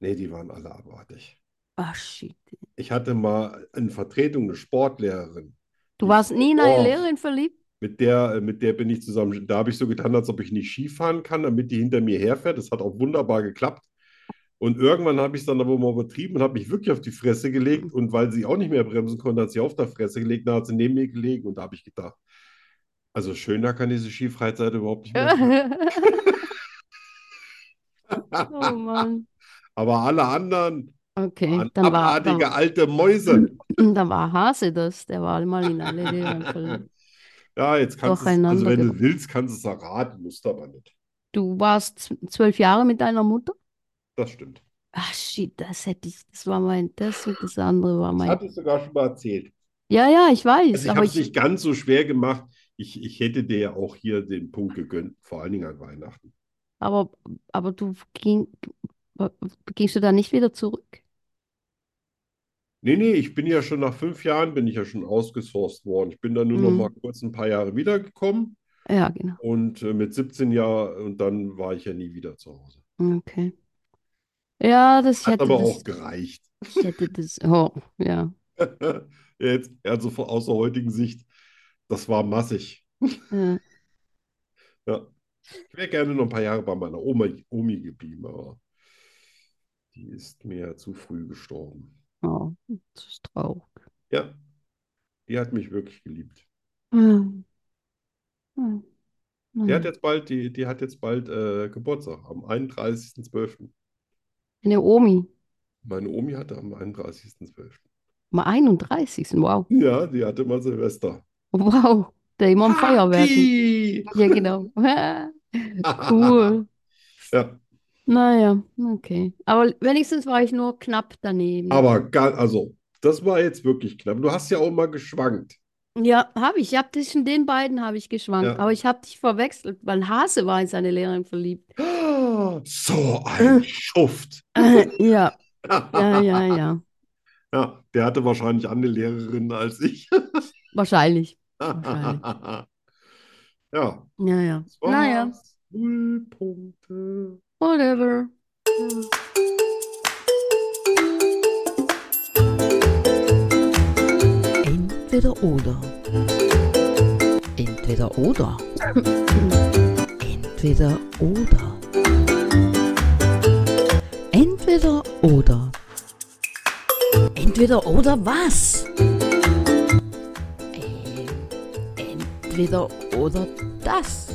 Nee, die waren alle abartig.
Ach, shit.
Ich hatte mal in Vertretung eine Sportlehrerin.
Du
Die
warst
Frau
nie in eine
Dorf.
Lehrerin verliebt?
Mit der, äh, mit der bin ich zusammen. Da habe ich so getan, als ob ich nicht Skifahren kann, damit die hinter mir herfährt. Das hat auch wunderbar geklappt. Und irgendwann habe ich es dann aber mal übertrieben und habe mich wirklich auf die Fresse
Mhm.
gelegt. Und weil sie auch nicht mehr bremsen konnte, hat sie auf der Fresse gelegt. Dann hat sie neben mir gelegen und da habe ich gedacht, also schöner kann diese Skifreizeit überhaupt nicht mehr
[LAUGHS]
sein.
Oh Mann.
Aber alle anderen
Okay,
waren
dann war, dann,
abartige alte Mäuse.
dann war Hase das. Der war mal in [LAUGHS] alle Lehrerinnen verliebt.
Ja, jetzt kannst du es, also
Durcheinander
wenn du
gebracht.
willst, kannst du es erraten, musst aber nicht.
Du warst z- zwölf Jahre mit deiner Mutter?
Das stimmt.
Ach, shit, das hätte ich, das war mein, das und das andere war
Das
mein.
hatte ich sogar schon mal erzählt.
Ja, ja, ich weiß,
Also ich
aber
habe es
ich,
nicht ganz so schwer gemacht. Ich, ich hätte dir ja auch hier den Punkt gegönnt, vor allen Dingen an Weihnachten.
aber, aber du ging, wa- gingst du da nicht wieder zurück?
Nee, nee, ich bin ja schon nach fünf Jahren, bin ich ja schon ausgesourcet worden. Ich bin dann nur noch
Mhm.
mal kurz ein paar Jahre wiedergekommen
Ja, genau.
und äh, mit 17 Jahren und dann war ich ja nie wieder zu Hause.
Okay. Ja, das, ich
Hat
hätte
aber auch
das,
gereicht. [LAUGHS]
ich hätte das, oh, ja,
Jetzt, also von- aus der heutigen Sicht, das war massig.
ja.
Ja. Ich wäre gerne noch ein paar Jahre bei meiner Oma, Omi geblieben, aber die ist mir zu früh gestorben.
Oh, das ist traurig.
Ja, die hat mich wirklich geliebt.
Hm. Hm.
Die hat
Hm.
jetzt bald, die, die hat jetzt bald äh, Geburtstag am 31.12.
Eine Omi,
Meine Omi hatte am 31.12.
am 31. Wow.
Ja, die hatte mal Silvester.
Wow, der immer am Feuerwerken.
Party!
Ja, [LAUGHS] genau. Cool.
[LAUGHS] Ja,
Naja, okay. Aber wenigstens war ich nur knapp daneben.
aber gar, also, das war jetzt wirklich knapp. Du hast ja auch mal geschwankt.
Ja, habe ich. Ich habe zwischen den beiden habe ich geschwankt.
Ja.
Aber ich habe dich verwechselt, weil Hase war in seine Lehrerin [LAUGHS] verliebt.
So ein
Äh.
Schuft.
Ja, ja, ja, ja.
[LAUGHS] Ja, der hatte wahrscheinlich andere Lehrerinnen als ich.
Wahrscheinlich. Wahrscheinlich.
[LAUGHS] Ja,
Ja, ja.
das
Naja,
war's. Null Punkte.
whatever.
Entweder oder. Entweder oder. Entweder oder. Entweder oder. Entweder oder was? Ähm, entweder oder das.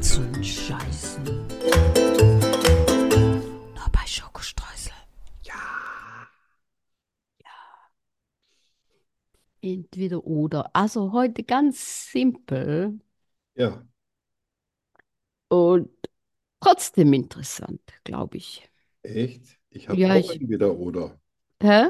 Zum Scheißen. Nur bei Schokostreusel.
Entweder oder. Also heute ganz simpel
Ja,
und trotzdem interessant, glaube ich.
echt? Ich habe
Ja,
auch
ich-
entweder oder.
Hä?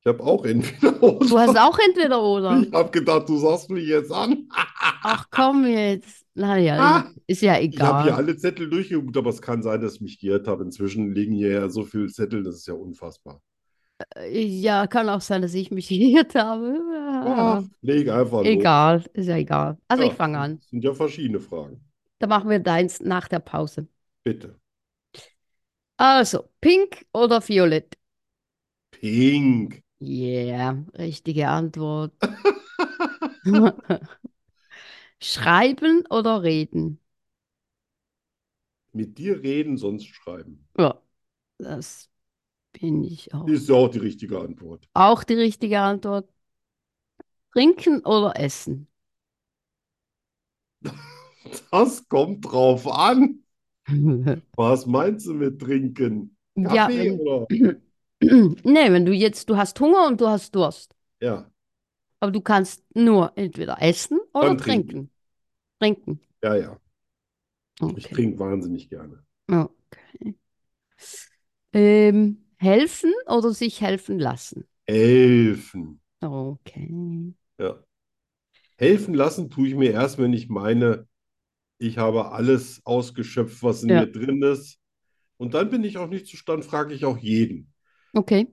Ich habe auch entweder [LAUGHS] oder.
Du hast auch entweder oder.
Ich habe gedacht, du sagst mich jetzt an.
Ach komm jetzt. Naja,
Ah.
ist ja
Ich habe hier
egal.
alle Zettel durchgeguckt, aber es kann sein, dass ich mich geirrt habe. Inzwischen liegen hier ja so viele Zettel, das ist ja unfassbar.
Ja, kann auch sein, dass ich mich [LAUGHS] geirrt habe. Ja.
Ach, leg einfach los.
Ah. Egal, ist ja egal. Also
Ah, Ja,
ich fange an.
Sind ja verschiedene Fragen.
Dann machen wir deins nach der Pause.
Bitte.
Also, pink oder violett?
Pink.
Yeah, richtige
[LAUGHS]
Antwort. [LAUGHS] Schreiben oder reden?
Mit dir reden, sonst schreiben.
Ja, das bin ich auch.
Ist ja auch die richtige Antwort.
Auch die richtige Antwort. Trinken oder
[LAUGHS]
essen?
Das kommt drauf an. Was meinst du mit trinken?
Ja,
Kaffee
wenn,
oder?
ähm, [CLEARS THROAT] nee, wenn du jetzt, du hast Hunger und du hast Durst,
Ja,
aber du kannst nur entweder essen oder
Dann trinken.
Trinken.
ja, ja. Ich
Trinken. Okay.
trinke wahnsinnig gerne.
Okay. Ähm, helfen oder sich helfen lassen?
Helfen.
Okay.
Ja. Helfen lassen tue ich mir erst, wenn ich meine, ich habe alles ausgeschöpft, was in
Ja.
mir drin ist. Und dann bin ich auch nicht zustand, frage ich auch jeden.
Okay.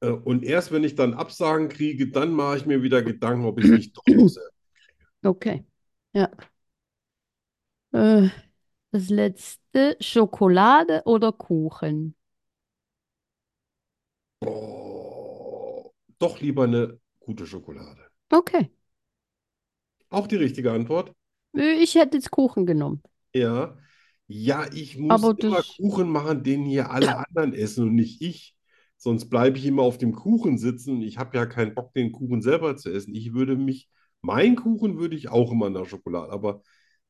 Äh, Und erst wenn ich dann Absagen kriege, dann mache ich mir wieder Gedanken, ob ich nicht doch noch selber.
Okay. Ja. Äh, das letzte, Schokolade oder Kuchen?
Oh, doch lieber eine gute Schokolade.
Okay.
Auch die richtige Antwort.
Äh, Ich hätte jetzt Kuchen genommen.
Ja. Ja, ich muss
Aber
immer
das-
Kuchen machen, den hier alle anderen essen und nicht ich. Sonst bleibe ich immer auf dem Kuchen sitzen und ich habe ja keinen Bock, den Kuchen selber zu essen. Ich würde mich, mein Kuchen würde ich auch immer nach Schokolade, aber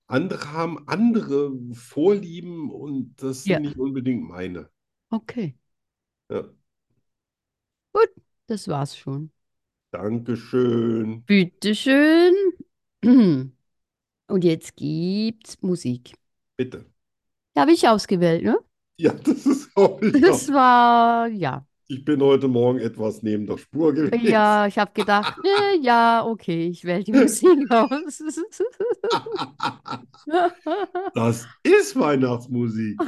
andere haben andere Vorlieben und das sind
Ja.
nicht unbedingt meine.
Okay.
Ja.
Das war's schon.
Dankeschön.
Bitteschön. [CLEARS THROAT] Und jetzt gibt's Musik.
Bitte.
Die habe ich ausgewählt, ne?
Ja, [LAUGHS] das ist auch nicht.
[LAUGHS] Das war, ja.
Ich bin heute Morgen etwas neben der Spur gewesen.
Ja, ich habe gedacht, äh, ja, okay, ich wähle die Musik [LAUGHS] aus.
[LAUGHS] Das ist Weihnachtsmusik.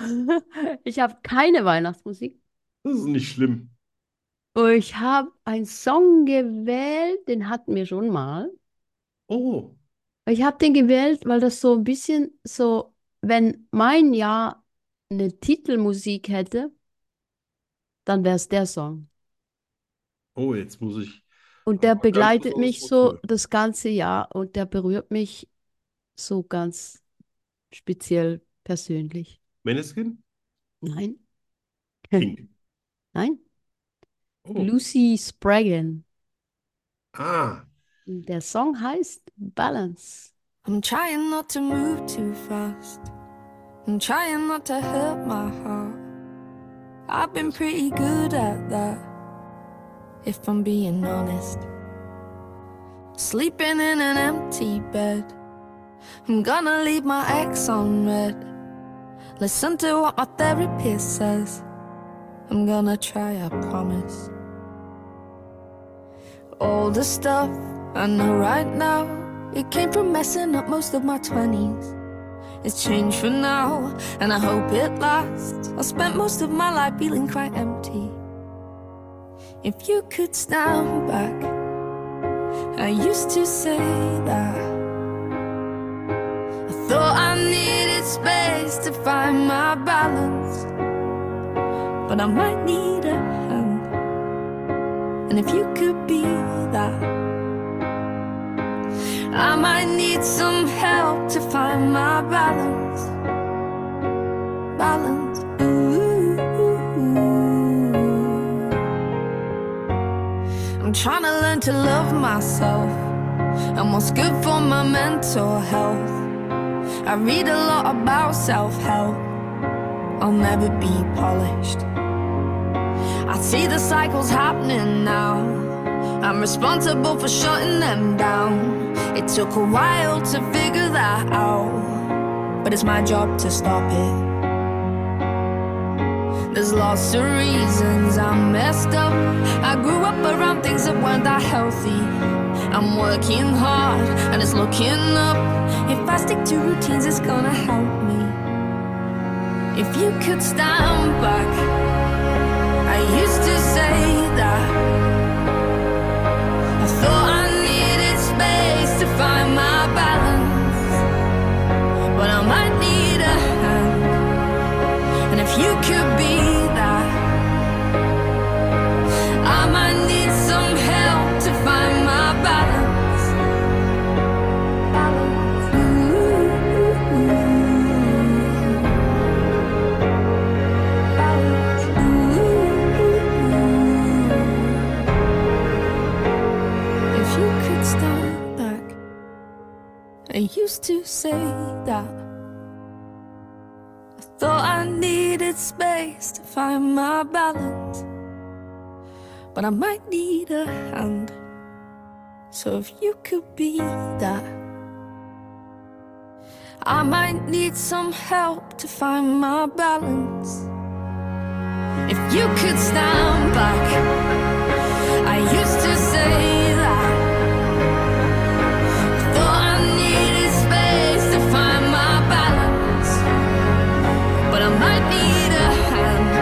Ich habe keine Weihnachtsmusik.
Das ist nicht schlimm.
Und Oh, Ich habe einen Song gewählt, den hatten wir schon mal.
Oh,
Ich habe den gewählt, weil das so ein bisschen so, wenn mein Jahr eine Titelmusik hätte, dann wäre es der Song.
oh, jetzt muss ich.
Und der
Aber ganz
begleitet mich
besonders
so
cool.
das ganze Jahr und der berührt mich so ganz speziell persönlich.
Maneskin?
Nein,
Pink.
nein.
Hm. Oh.
Lucy Spraggan.
Ah,
Der Song heißt Balance.
I'm trying not to move too fast. I'm trying not to hurt my heart. I've been pretty good at that, if I'm being honest. Sleeping in an empty bed. I'm gonna leave my ex on red. Listen to what my therapist says. I'm gonna try, I promise. All the stuff I know right now, it came from messing up most of my 20s. It's changed for now, and I hope it lasts. I spent most of my life feeling quite empty. If you could stand back, I used to say that. I thought I needed space to find my balance, but I might need a hand. And if you could be that, I might need some help to find my balance. Balance. Ooh. I'm trying to learn to love myself and what's good for my mental health. I read a lot about self help. I'll never be polished. I see the cycles happening now. I'm responsible for shutting them down. It took a while to figure that out, but it's my job to stop it. There's lots of reasons I messed up. I grew up around things that weren't that healthy. I'm working hard and it's looking up. If I stick to routines, it's gonna help me. If you could stand back. I used to say that I thought I needed space to find my balance, but I might need a hand. And if you could be that, I might need some help to find my balance. Balance. Ooh. If you could start back, I used to say that I thought I needed space to find my balance, but I might need a hand. So if you could be that, I might need some help to find my balance. if you could stand back. I used to say that. Thought I needed space to find my balance, but I might need a hand.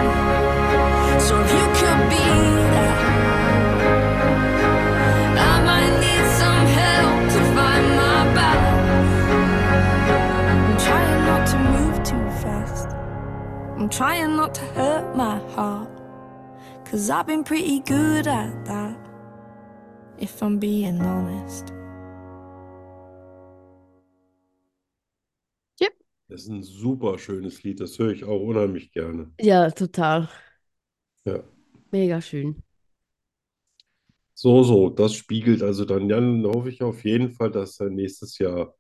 So if you could be there, I might need some help to find my balance. I'm trying not to move too fast. I'm trying not to hurt my heart. Cause I've been pretty good at that. If I'm being honest.
Das ist ein super schönes Lied, das höre ich auch unheimlich gerne.
Ja, total.
Ja.
Mega schön.
So, so, das spiegelt also dann, Jan, hoffe ich auf jeden Fall, dass er nächstes Jahr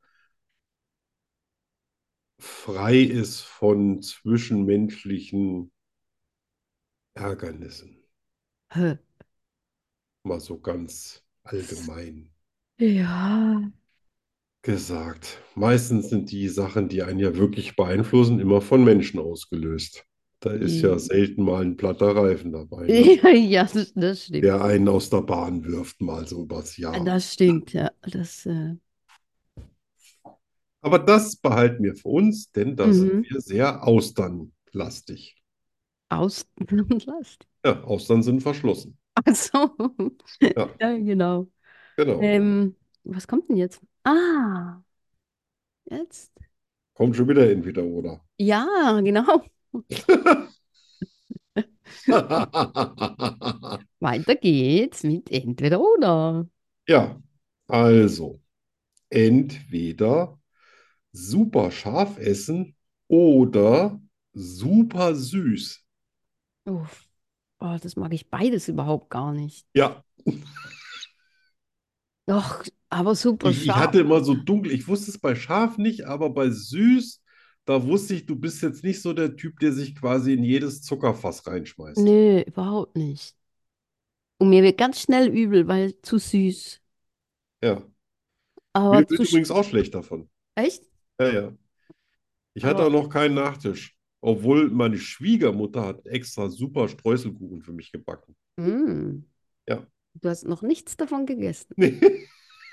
frei ist von zwischenmenschlichen Ärgernissen.
Hä. [LAUGHS]
Mal so ganz allgemein
Ja.
gesagt. Meistens sind die Sachen, die einen ja wirklich beeinflussen, immer von Menschen ausgelöst. Da ist ja
Mhm.
selten mal ein platter Reifen dabei, ne?
[LAUGHS] Ja, ja, das, das stimmt.
Der einen aus der Bahn wirft, mal so übers Jahr.
Das stimmt, ja. Das, äh,
Aber das behalten wir für uns, denn da
Mhm.
sind wir sehr austernlastig.
aus und [LAUGHS] lasst.
Ja, Austern sind verschlossen.
Also,
Ja.
[LAUGHS] ja, genau.
Genau.
Ähm, was kommt denn jetzt? Ah, jetzt.
Kommt schon wieder entweder
[LAUGHS]
oder.
Ja, genau. Weiter geht's mit entweder oder.
Ja, also entweder super scharf essen oder super süß.
Uff. Oh, das mag ich beides überhaupt gar nicht.
Ja,
Doch, aber super
ich, ich
scharf.
hatte immer so dunkel, ich wusste es bei scharf nicht, aber bei süß, da wusste ich, du bist jetzt nicht so der Typ, der sich quasi in jedes Zuckerfass reinschmeißt.
Nö, überhaupt nicht. Und mir wird ganz schnell übel, weil zu süß.
Ja.
Aber
Mir
zu
wird
sch
übrigens auch schlecht davon.
echt?
Ja, ja. Ich hatte
Aber-
auch noch keinen Nachtisch, obwohl meine Schwiegermutter hat extra super Streuselkuchen für mich gebacken.
Mm.
Ja.
Du hast noch nichts davon gegessen.
Nee,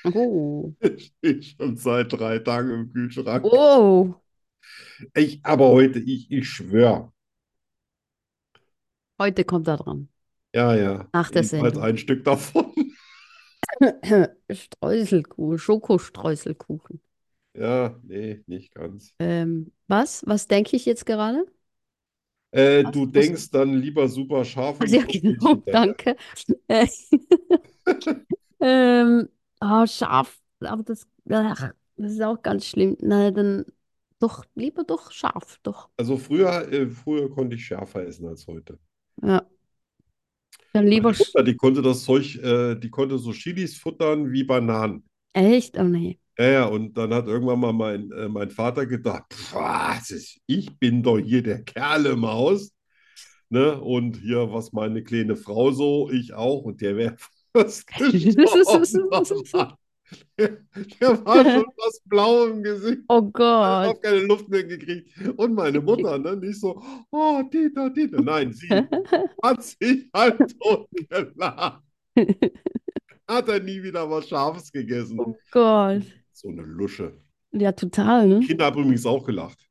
Oh.
steht schon seit drei Tagen im Kühlschrank.
Oh.
Ich, aber heute, ich, ich schwöre.
Heute kommt er dran. [CLEARS THROAT]
Ja, ja.
Nach der
Jedenfalls
Sendung.
ein Stück davon. [LAUGHS]
Streuselkuchen, Schokostreuselkuchen.
Ja, nee, nicht ganz.
Ähm, was? Was denke ich jetzt
[LAUGHS]
gerade?
Äh,
Was?
du
Was?
denkst dann lieber super scharf und
Also, ja,
guckst nicht
genau,
hinterher.
danke. Äh, [LAUGHS] ähm, ah, scharf, aber das, ach, das ist auch ganz schlimm. Na, dann doch, lieber doch scharf, doch.
Also früher, äh, früher konnte ich schärfer essen als heute.
Ja. Dann lieber
[LAUGHS] Meine Mutter, die konnte das Zeug, äh, die konnte so Chilis futtern wie Bananen.
sch- echt, oh nee.
Ja, ja, und dann hat irgendwann mal mein, äh, mein Vater gedacht, "Pff, was ist, ich bin doch hier der Kerl im Haus. Ne? Und hier, was meine kleine Frau so, ich auch, und der wäre [LAUGHS] fast gestorben. [LAUGHS] Mann. Der, der war schon was blau im Gesicht,
Oh
hat
Gott.
auch keine Luft mehr gekriegt. Und meine Mutter, ne? Nicht so, oh, Dieter, Dieter. Nein, sie hat sich halt halb tot gelacht. Hat er nie wieder was Scharfes gegessen.
Oh Gott.
So eine Lusche.
Ja, total,
Die
ne?
[LAUGHS] Kinder haben übrigens auch
[LAUGHS]
gelacht.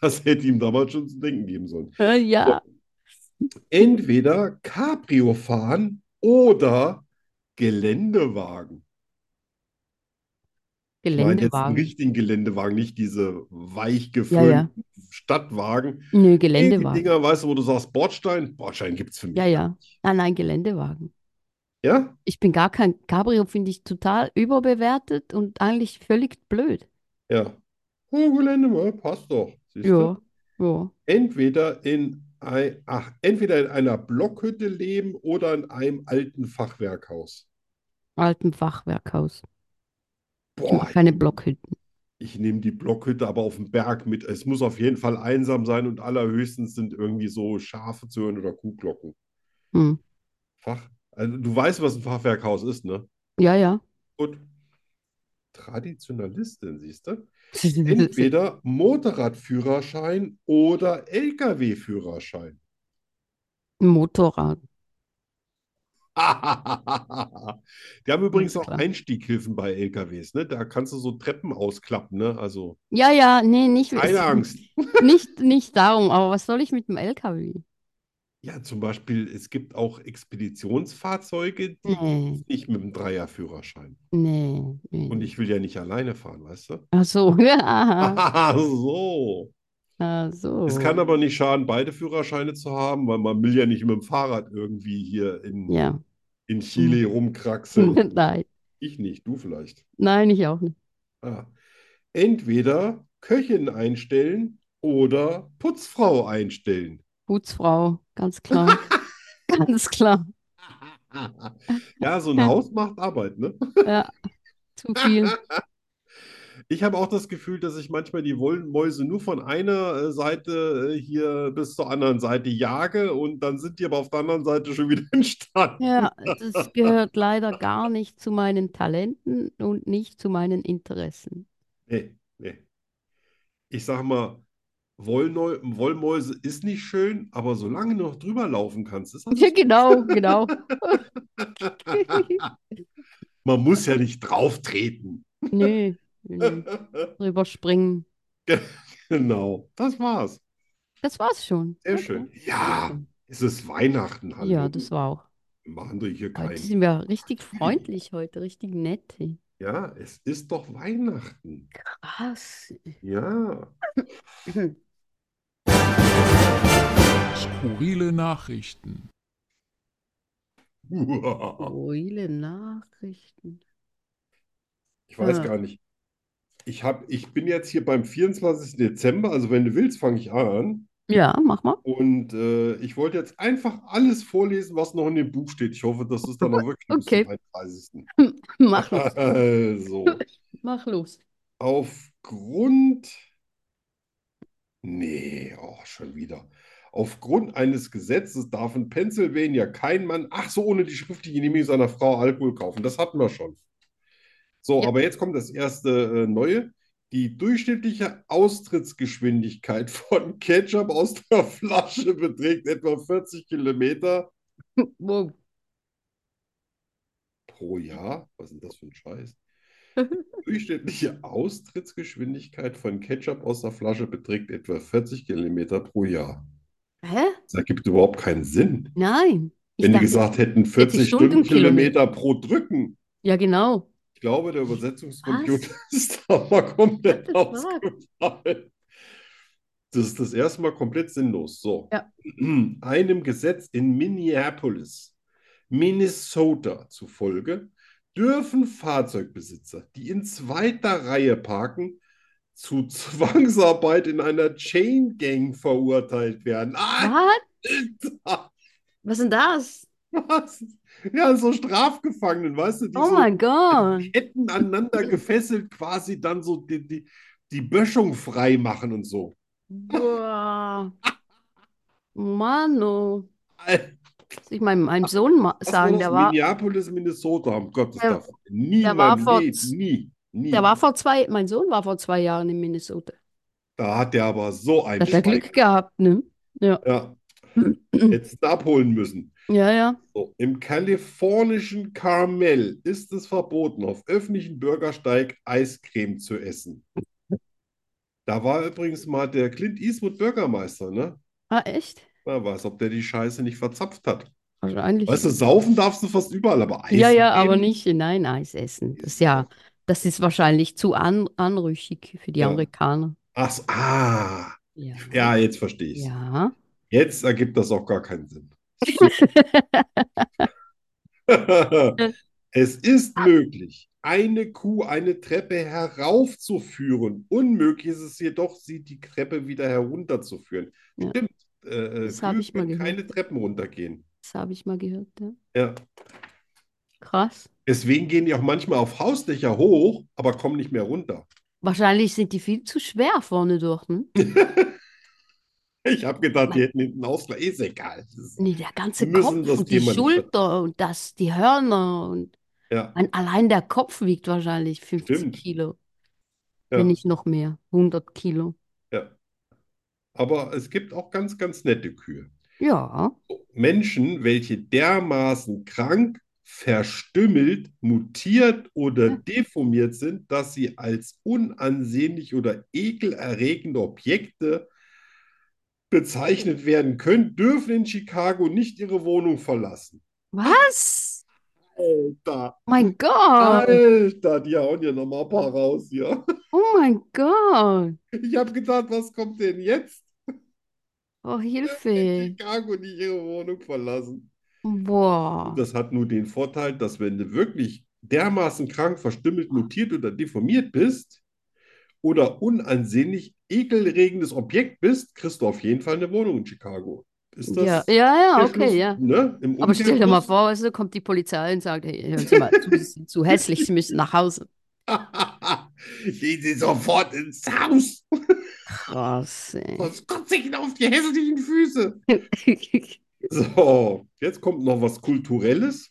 Das hätte ihm damals schon zu denken geben sollen.
Äh, Ja.
Entweder Cabrio fahren oder Geländewagen. Ich meine jetzt einen
Geländewagen.
richtigen Geländewagen, nicht diese weich
Ja,
geföhnten Stadtwagen.
Nö,
Nee, die
Geländewagen.
Dinger, weißt du, wo du sagst, Bordstein? Bordstein gibt es für mich.
Ja, ja. Ah, nein, Geländewagen.
Ja?
Ich bin gar kein Cabrio, finde ich total überbewertet und eigentlich völlig blöd.
Ja. Oh, Geländewagen, passt doch. Siehst du?
Ja, ja.
Entweder in, ein, ach, entweder in einer Blockhütte leben oder in einem alten Fachwerkhaus.
Alten Fachwerkhaus. Ich
Boah,
mag keine Blockhütten.
Ich nehme die Blockhütte aber auf dem Berg mit. Es muss auf jeden Fall einsam sein und allerhöchstens sind irgendwie so Schafe zu hören oder Kuhglocken.
Hm.
Fach. Also du weißt, was ein Fachwerkhaus ist, ne?
Ja, ja.
Gut. Traditionalistin, siehst du?
[LAUGHS]
[LAUGHS] Entweder Motorradführerschein oder LKW-Führerschein.
ein Motorrad.
Die haben übrigens auch
Klar.
Einstieghilfen bei LKWs, ne? Da kannst du so Treppen ausklappen, ne? Also
Ja, ja, nee, nicht,
keine Angst.
[LAUGHS] nicht, nicht darum, aber was soll ich mit dem LKW?
Ja, zum Beispiel, es gibt auch Expeditionsfahrzeuge, die
Nee,
nicht mit dem Dreierführerschein.
nee, nee.
Und ich will ja nicht alleine fahren, weißt du?
Ach so, [LAUGHS] ja, aha,
Ah, so.
ach so.
Es kann aber nicht schaden, beide Führerscheine zu haben, weil man will ja nicht mit dem Fahrrad irgendwie hier in,
Ja, Hm.
in Chile rumkraxeln.
[LAUGHS] nein,
Ich nicht, du vielleicht.
nein, ich auch nicht.
Ah. Entweder Köchin einstellen oder
[LAUGHS]
Putzfrau einstellen.
Putzfrau, ganz
[LAUGHS]
klar, ganz klar.
Ja, so ein Haus macht Arbeit, ne?
Ja, zu viel.
Ich habe auch das Gefühl, dass ich manchmal die Wollmäuse nur von einer äh, Seite äh, hier bis zur anderen Seite jage und dann sind die aber auf der anderen Seite schon wieder entstanden. [LAUGHS]
Ja, das gehört leider gar nicht zu meinen Talenten und nicht zu meinen Interessen. [LAUGHS]
Nee, nee. Ich sag mal, Wollneu Wollmäuse ist nicht schön, aber solange du noch drüber laufen kannst, ist
[LAUGHS] Ja, genau,
[LAUGHS]
genau.
das. Man muss ja
[LAUGHS]
nicht drauftreten. [LAUGHS]
Nö, nö, drüber springen.
Genau, das war's.
Das war's schon.
Sehr
Okay.
schön. Ja, es ist Weihnachten, hallo.
Ja, das war auch.
Wir machen doch hier
Heute
keinen.
sind wir richtig freundlich heute, richtig nett. ey.
Ja, es ist doch Weihnachten.
Krass.
Ja.
Skurrile
[LAUGHS]
Nachrichten.
Uah.
Skurrile Nachrichten.
Ich weiß
Ja.
gar nicht. Ich hab, ich bin jetzt hier beim 24. Dezember, also wenn du willst, fange ich an.
Ja, mach mal.
Und äh, ich wollte jetzt einfach alles vorlesen, was noch in dem Buch steht. Ich hoffe, das ist dann auch wirklich bis
Okay.
zum
[LAUGHS] Mach los. [LAUGHS]
31. [LAUGHS] Also,
Mach los.
aufgrund. Nee, oh, schon wieder. Aufgrund eines Gesetzes darf in Pennsylvania kein Mann, ach so, ohne die schriftliche Genehmigung seiner Frau Alkohol kaufen. Das hatten wir schon. So,
Ja.
aber jetzt kommt das erste äh, neue. Die durchschnittliche Austrittsgeschwindigkeit von Ketchup aus der [LAUGHS] Flasche beträgt etwa 40 Kilometer
Wow.
pro
Mhm.
Jahr. Was ist denn das für ein
[LAUGHS]
Scheiß? Die durchschnittliche Austrittsgeschwindigkeit von Ketchup aus der Flasche beträgt etwa 40 Kilometer pro Jahr.
Hä?
Das ergibt überhaupt keinen Sinn.
Nein. Ich
Wenn die
dachte-
gesagt hätten, 40
Stundenkilometer.
Stundenkilometer pro Drücken.
Ja, genau.
Ich glaube, der Übersetzungscomputer [LAUGHS] ist da mal komplett
What the fuck?
ausgefallen. Das ist das erste Mal komplett sinnlos. So.
Ja.
[CLEARS THROAT] Einem Gesetz in Minneapolis, Minnesota zufolge dürfen Fahrzeugbesitzer, die in zweiter Reihe parken, zu [LAUGHS] Zwangsarbeit in einer Chain Gang verurteilt werden.
Was?
Alter!
Was ist denn das?
Was? Ja, so Strafgefangenen, weißt du, die
Oh
so
mein
[LAUGHS]
Gott.
Ketten aneinander gefesselt quasi dann so die, die, die Böschung frei machen und so.
Boah. Mann, oh.
Alter,
Muss ich meinem, meinem Sohn mal
das
sagen,
war
der
aus
war,
Minneapolis, Minnesota, um Gottes
Der-
Willen. Nie
der
in
war
meinem
vor-
Leben, nie, nie.
der war vor zwei, mein Sohn war vor zwei Jahren in Minnesota.
Da hat der aber so einen
Da hat er
Schweig.
Glück gehabt, ne?
Ja, hättest du abholen müssen.
Ja, ja.
So, im kalifornischen Carmel ist es verboten, auf öffentlichen Bürgersteig Eiscreme zu essen. Da war übrigens mal der Clint Eastwood Bürgermeister, ne?
Ah, echt?
Wer weiß, ob der die Scheiße nicht verzapft hat.
Wahrscheinlich.
Weißt du, saufen darfst du fast überall, aber
Ja, ja,
Eiscreme?
aber nicht hinein Eis essen. Das ist ja, das ist wahrscheinlich zu an, anrüchig für die
Ja.
Amerikaner.
Ach, so, ah,
Ja.
ja, jetzt verstehe ich's.
Ja.
Jetzt ergibt das auch gar
[LAUGHS]
keinen Sinn. Es ist
Ah.
möglich, eine Kuh eine Treppe heraufzuführen. Unmöglich ist es jedoch, sie die Treppe wieder herunterzuführen.
Ja.
Stimmt. Äh, äh,
Das hab
Kühe
ich mal
können keine
gehört.
Treppen runtergehen.
Das habe ich mal gehört, ja.
Ja.
Krass.
Deswegen gehen die auch manchmal auf Hausdächer hoch, aber kommen nicht mehr runter.
Wahrscheinlich sind die viel zu schwer vorne durch,
[LAUGHS]
ne?
Ich habe gedacht, die hätten hinten Ausgleich. Ist egal. Das ist-
Nee, der ganze
Wir
Kopf
müssen das
und die
Thema nicht
Schulter und das, die Hörner und
Ja,
ein, allein der Kopf wiegt wahrscheinlich 50
Stimmt.
Kilo,
Ja.
wenn nicht noch mehr, 100 Kilo.
ja. Aber es gibt auch ganz, ganz nette Kühe.
Ja,
Menschen, welche dermaßen krank, verstümmelt, mutiert oder deformiert sind, dass sie als unansehnlich oder ekelerregende Objekte bezeichnet werden können, dürfen in Chicago nicht ihre Wohnung verlassen.
Was?
Alter,
Mein Gott.
Alter, die hauen ja nochmal ein paar raus hier. [LAUGHS]
Oh mein Gott.
Ich habe gedacht, was kommt denn jetzt?
Oh,
In
Hilfe.
Chicago nicht ihre Wohnung verlassen.
Boah.
Das hat nur den Vorteil, dass wenn du wirklich dermaßen krank, verstümmelt, mutiert oder deformiert bist oder unansehnlich ekelregendes Objekt bist, kriegst du auf jeden Fall eine Wohnung in Chicago. Ist das
Ja, ja, ja,
der
okay,
Schluss,
ja.
ne? Im
Aber stell dir mal
Umkehrschluss?
vor, weißt du, kommt die Polizei und sagt, hey, hören Sie mal zu, Sie sind zu hässlich, Sie müssen nach Hause.
[LAUGHS] Gehen Sie sofort ins Haus,
Krass, ey.
sonst kotze ich Ihnen auf die hässlichen Füße. So, jetzt kommt noch was Kulturelles.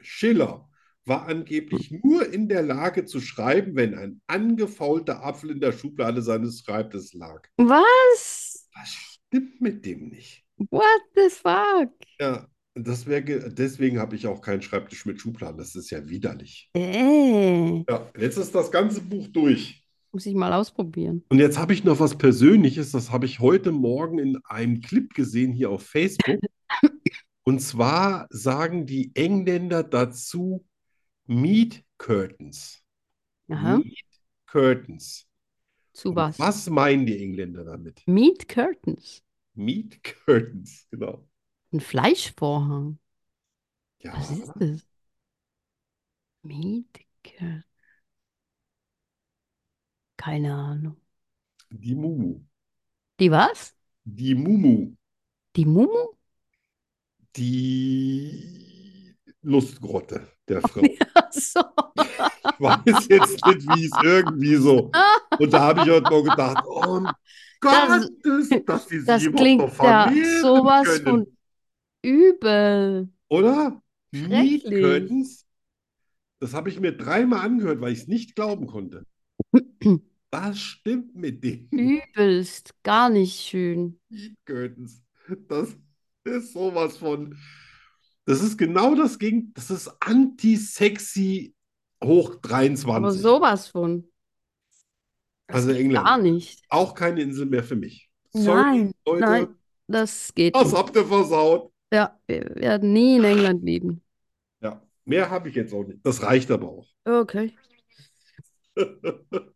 Schiller war angeblich nur in der Lage zu schreiben, wenn ein angefaulter Apfel in der Schublade seines Schreibtisches lag.
[LAUGHS] Was?
Was stimmt mit dem nicht?
What the fuck?
Ja, das wär ge- deswegen habe ich auch keinen Schreibtisch mit Schubladen. Das ist ja widerlich.
Ey,
Ja, jetzt ist das ganze Buch durch.
Äh, muss ich mal ausprobieren.
Und jetzt habe ich noch was Persönliches, das habe ich heute Morgen in einem Clip gesehen hier auf
[LAUGHS]
Facebook. Und zwar sagen die Engländer dazu Meat Curtains.
Aha,
Meat Curtains.
zu
Und
was?
Hm. was meinen die Engländer damit?
Meat Curtains.
Meat Curtains, genau.
Ein Fleischvorhang.
Ja,
Was ist das? Meat Curtains. Keine Ahnung.
die Mumu.
Die was?
Die Mumu.
Die Mumu? [LAUGHS]
Die Lustgrotte der Frau.
Ach so.
Ich weiß jetzt nicht, wie es irgendwie so. Und da habe ich heute mal gedacht, oh um
Das-
Gottes, dass die sich
Das
überhaupt
klingt
noch
ja
vermehren
sowas
können,
von übel.
oder? Meat
Schrecklich.
Curtains. Das habe ich mir dreimal angehört, weil ich es nicht glauben konnte. Was stimmt mit denen?
Hm. Übelst. Gar nicht schön.
Meat Curtains. Das ist sowas von. Das ist genau das Gegenteil. Das ist anti-sexy hoch
Aber
23.
sowas von.
Also England.
Gar nicht.
Auch keine Insel mehr für mich. Sorry,
Nein,
Leute.
nein, das geht
Was
nicht.
habt ihr versaut?
Ja, wir werden nie in England leben.
Ja, mehr habe ich jetzt auch nicht. Das reicht aber auch. [LAUGHS]
Okay.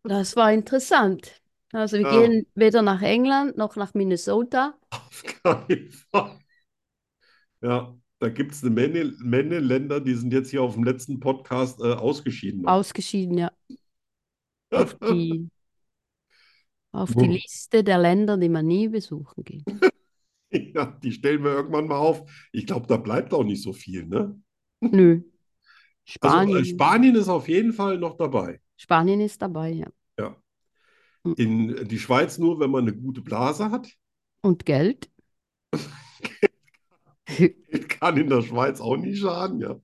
Das war interessant. Also wir
Ja.
gehen weder nach England noch nach Minnesota.
Auf keinen Fall. Ja, da gibt es eine Menge, Menge Länder, die sind jetzt hier auf dem letzten Podcast äh, ausgeschieden. noch.
Ausgeschieden, ja.
[LAUGHS]
Auf die, auf die
Boom.
Liste der Länder, die man nie besuchen geht.
[LAUGHS] Ja, die stellen wir irgendwann mal auf. Ich glaube, da bleibt auch nicht so viel, ne?
Nö.
Also, äh,
Spanien.
Spanien ist auf jeden Fall noch dabei.
Spanien ist dabei, ja.
In die Schweiz nur, wenn man eine gute Blase hat. [LAUGHS]
Und Geld?
Kann in der Schweiz auch nicht schaden, ja.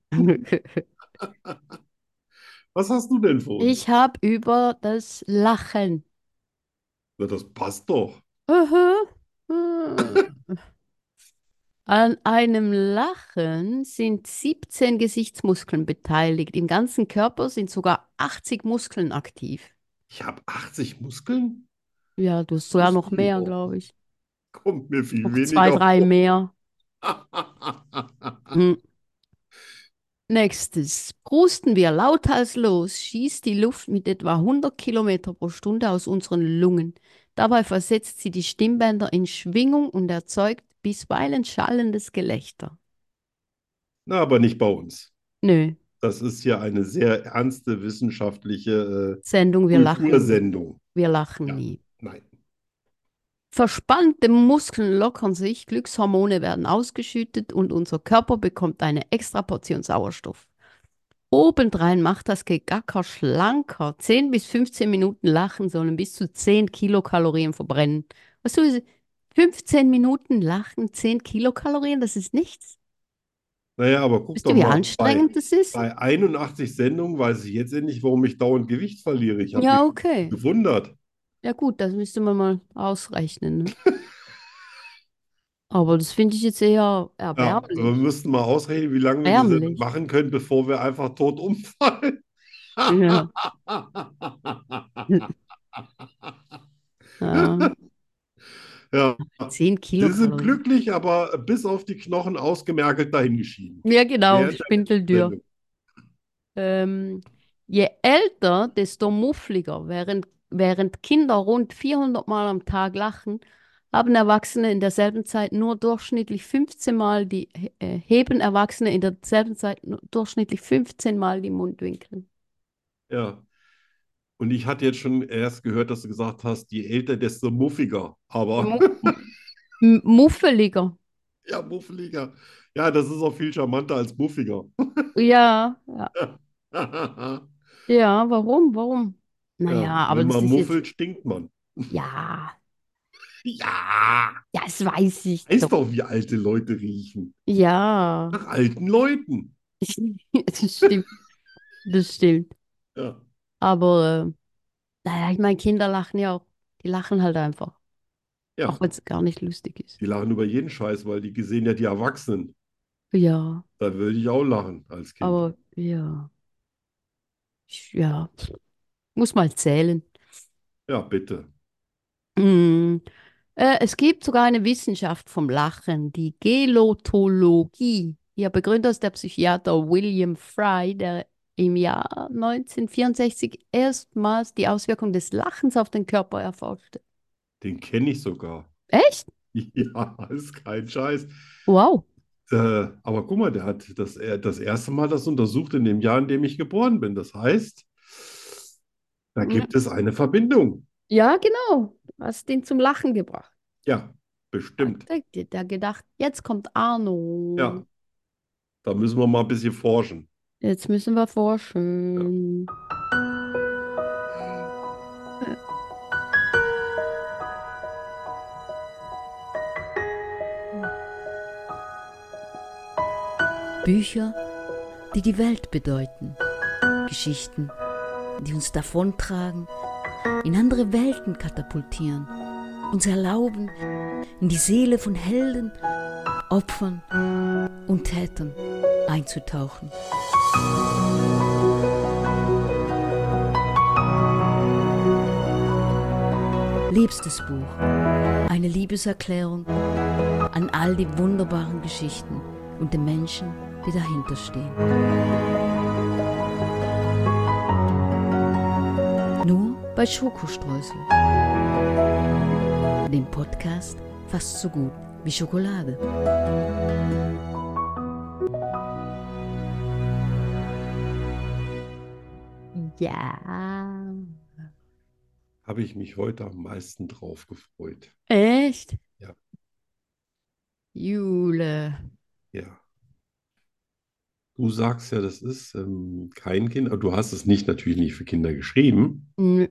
Was hast du denn vor? uns?
Ich habe über das Lachen.
Na, das passt doch. [LAUGHS]
Aha. An einem Lachen sind 17 Gesichtsmuskeln beteiligt. Im ganzen Körper sind sogar 80 Muskeln aktiv.
Ich habe 80 Muskeln?
Ja, du hast sogar noch
Muskeln,
mehr,
boah.
glaube ich.
Kommt mir viel
Noch
weniger
zwei, drei
vor.
mehr. Hm. Nächstes. Prusten wir lauthals los, schießt die Luft mit etwa 100 Kilometer pro Stunde aus unseren Lungen. Dabei versetzt sie die Stimmbänder in Schwingung und erzeugt bisweilen schallendes Gelächter.
[LAUGHS] Na, aber nicht bei uns.
Nö,
Das ist hier eine sehr ernste wissenschaftliche
Sendung,
äh,
wir lachen.
Kultursendung.
Wir lachen
Ja.
nie.
Nein.
Verspannte Muskeln lockern sich, Glückshormone werden ausgeschüttet und unser Körper bekommt eine extra Portion Sauerstoff. Obendrein macht das Gegacker schlanker. 10 bis 15 Minuten Lachen sollen bis zu 10 Kilokalorien verbrennen. Was du, ist- 15 Minuten Lachen, 10 Kilokalorien, das ist nichts.
Naja, aber guck
Weißt
doch
du, wie
mal, bei-
anstrengend das ist?
Bei 81 Sendungen weiß ich jetzt endlich, warum ich dauernd Gewicht verliere. Ich habe
Ja,
mich
okay.
gewundert. [LAUGHS]
Ja gut, das müsste man mal ausrechnen. Ne? Aber das finde ich jetzt eher
Ja, wir
erbärmlich.
müssten mal ausreden, wie lange wir die Sendung
Erbärmlich.
machen können, bevor wir einfach tot umfallen. [LAUGHS] also-
Ja, ja.
Ja,
Zehn
wir sind
Kilokalorien.
glücklich, aber bis auf die Knochen ausgemerkelt dahingeschieden.
Ja, genau,
Wer ist
spindeldür. Ähm, je älter, desto muffliger. Während, während Kinder rund 400 Mal am Tag lachen, haben Erwachsene in derselben Zeit nur durchschnittlich 15 Mal die, äh, heben Erwachsene in derselben Zeit nur durchschnittlich 15 Mal die Mundwinkel.
Ja. Und ich hatte jetzt schon erst gehört, dass du gesagt hast, je älter, desto muffiger. Aber
M muffeliger.
[LAUGHS] ja, muffeliger. Ja, das ist auch viel charmanter als
[LAUGHS]
muffiger.
Ja, ja,
Ja,
ja, warum, warum? Naja, aber
wenn
das
man
ist jetzt,
muffelt, stinkt man.
ja,
Ja,
ja, das weiß ich
weißt
doch.
doch, wie alte Leute riechen.
Ja,
Nach alten Leuten.
das stimmt, das stimmt.
Ja.
Aber äh, naja, ich meine, Kinder lachen ja auch. Die lachen halt einfach,
Ja.
auch wenn es gar nicht lustig ist.
Die lachen über jeden Scheiß, weil die gesehen ja die Erwachsenen.
Ja,
Da würde ich auch lachen als Kind.
aber ja. Ich- Ja, muss mal zählen.
Ja, bitte.
Mm. Äh, es gibt sogar eine Wissenschaft vom Lachen, die Gelotologie. Ihr Begründer ist der Psychiater William Fry, der im Jahr 1964 erstmals die Auswirkung des Lachens auf den Körper erforschte.
Den kenne ich sogar. [LAUGHS]
Echt?
Ja, ist kein Scheiß.
Wow.
Äh, aber guck mal, der hat das, er, das erste Mal das untersucht in dem Jahr, in dem ich geboren bin. Das heißt, da
Ja.
gibt es eine Verbindung.
Ja, genau. Hast den zum Lachen gebracht.
Ja, bestimmt.
Da, da- da gedacht, jetzt kommt Arno.
Ja, da müssen wir mal ein bisschen forschen.
Jetzt müssen wir forschen.
Bücher, die die Welt bedeuten. Geschichten, die uns davontragen, in andere Welten katapultieren, uns erlauben, in die Seele von Helden, Opfern und Tätern einzutauchen. Liebstes Buch. Eine Liebeserklärung an all die wunderbaren Geschichten und den Menschen, die dahinter stehen. Nur bei Schokostreusel. Dem Podcast fast so gut wie Schokolade.
Ja.
Habe ich mich heute am meisten drauf gefreut.
Echt?
Ja.
Jule.
Ja. Du sagst ja, das ist ähm, kein Kind, aber du hast es nicht natürlich nicht für Kinder geschrieben.
Nö.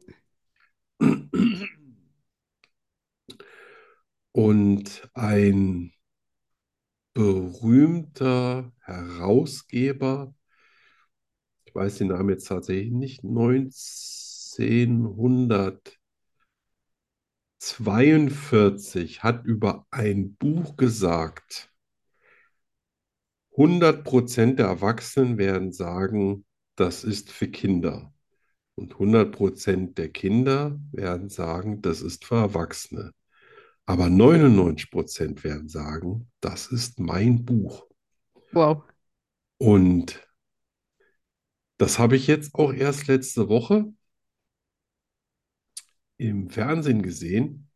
Und ein berühmter Herausgeber, ich weiß den Namen jetzt tatsächlich nicht, 1942 hat über ein Buch gesagt, 100% der Erwachsenen werden sagen, das ist für Kinder. Und 100% der Kinder werden sagen, das ist für Erwachsene. Aber 99% werden sagen, das ist mein Buch.
Wow.
Und das habe ich jetzt auch erst letzte Woche im Fernsehen gesehen.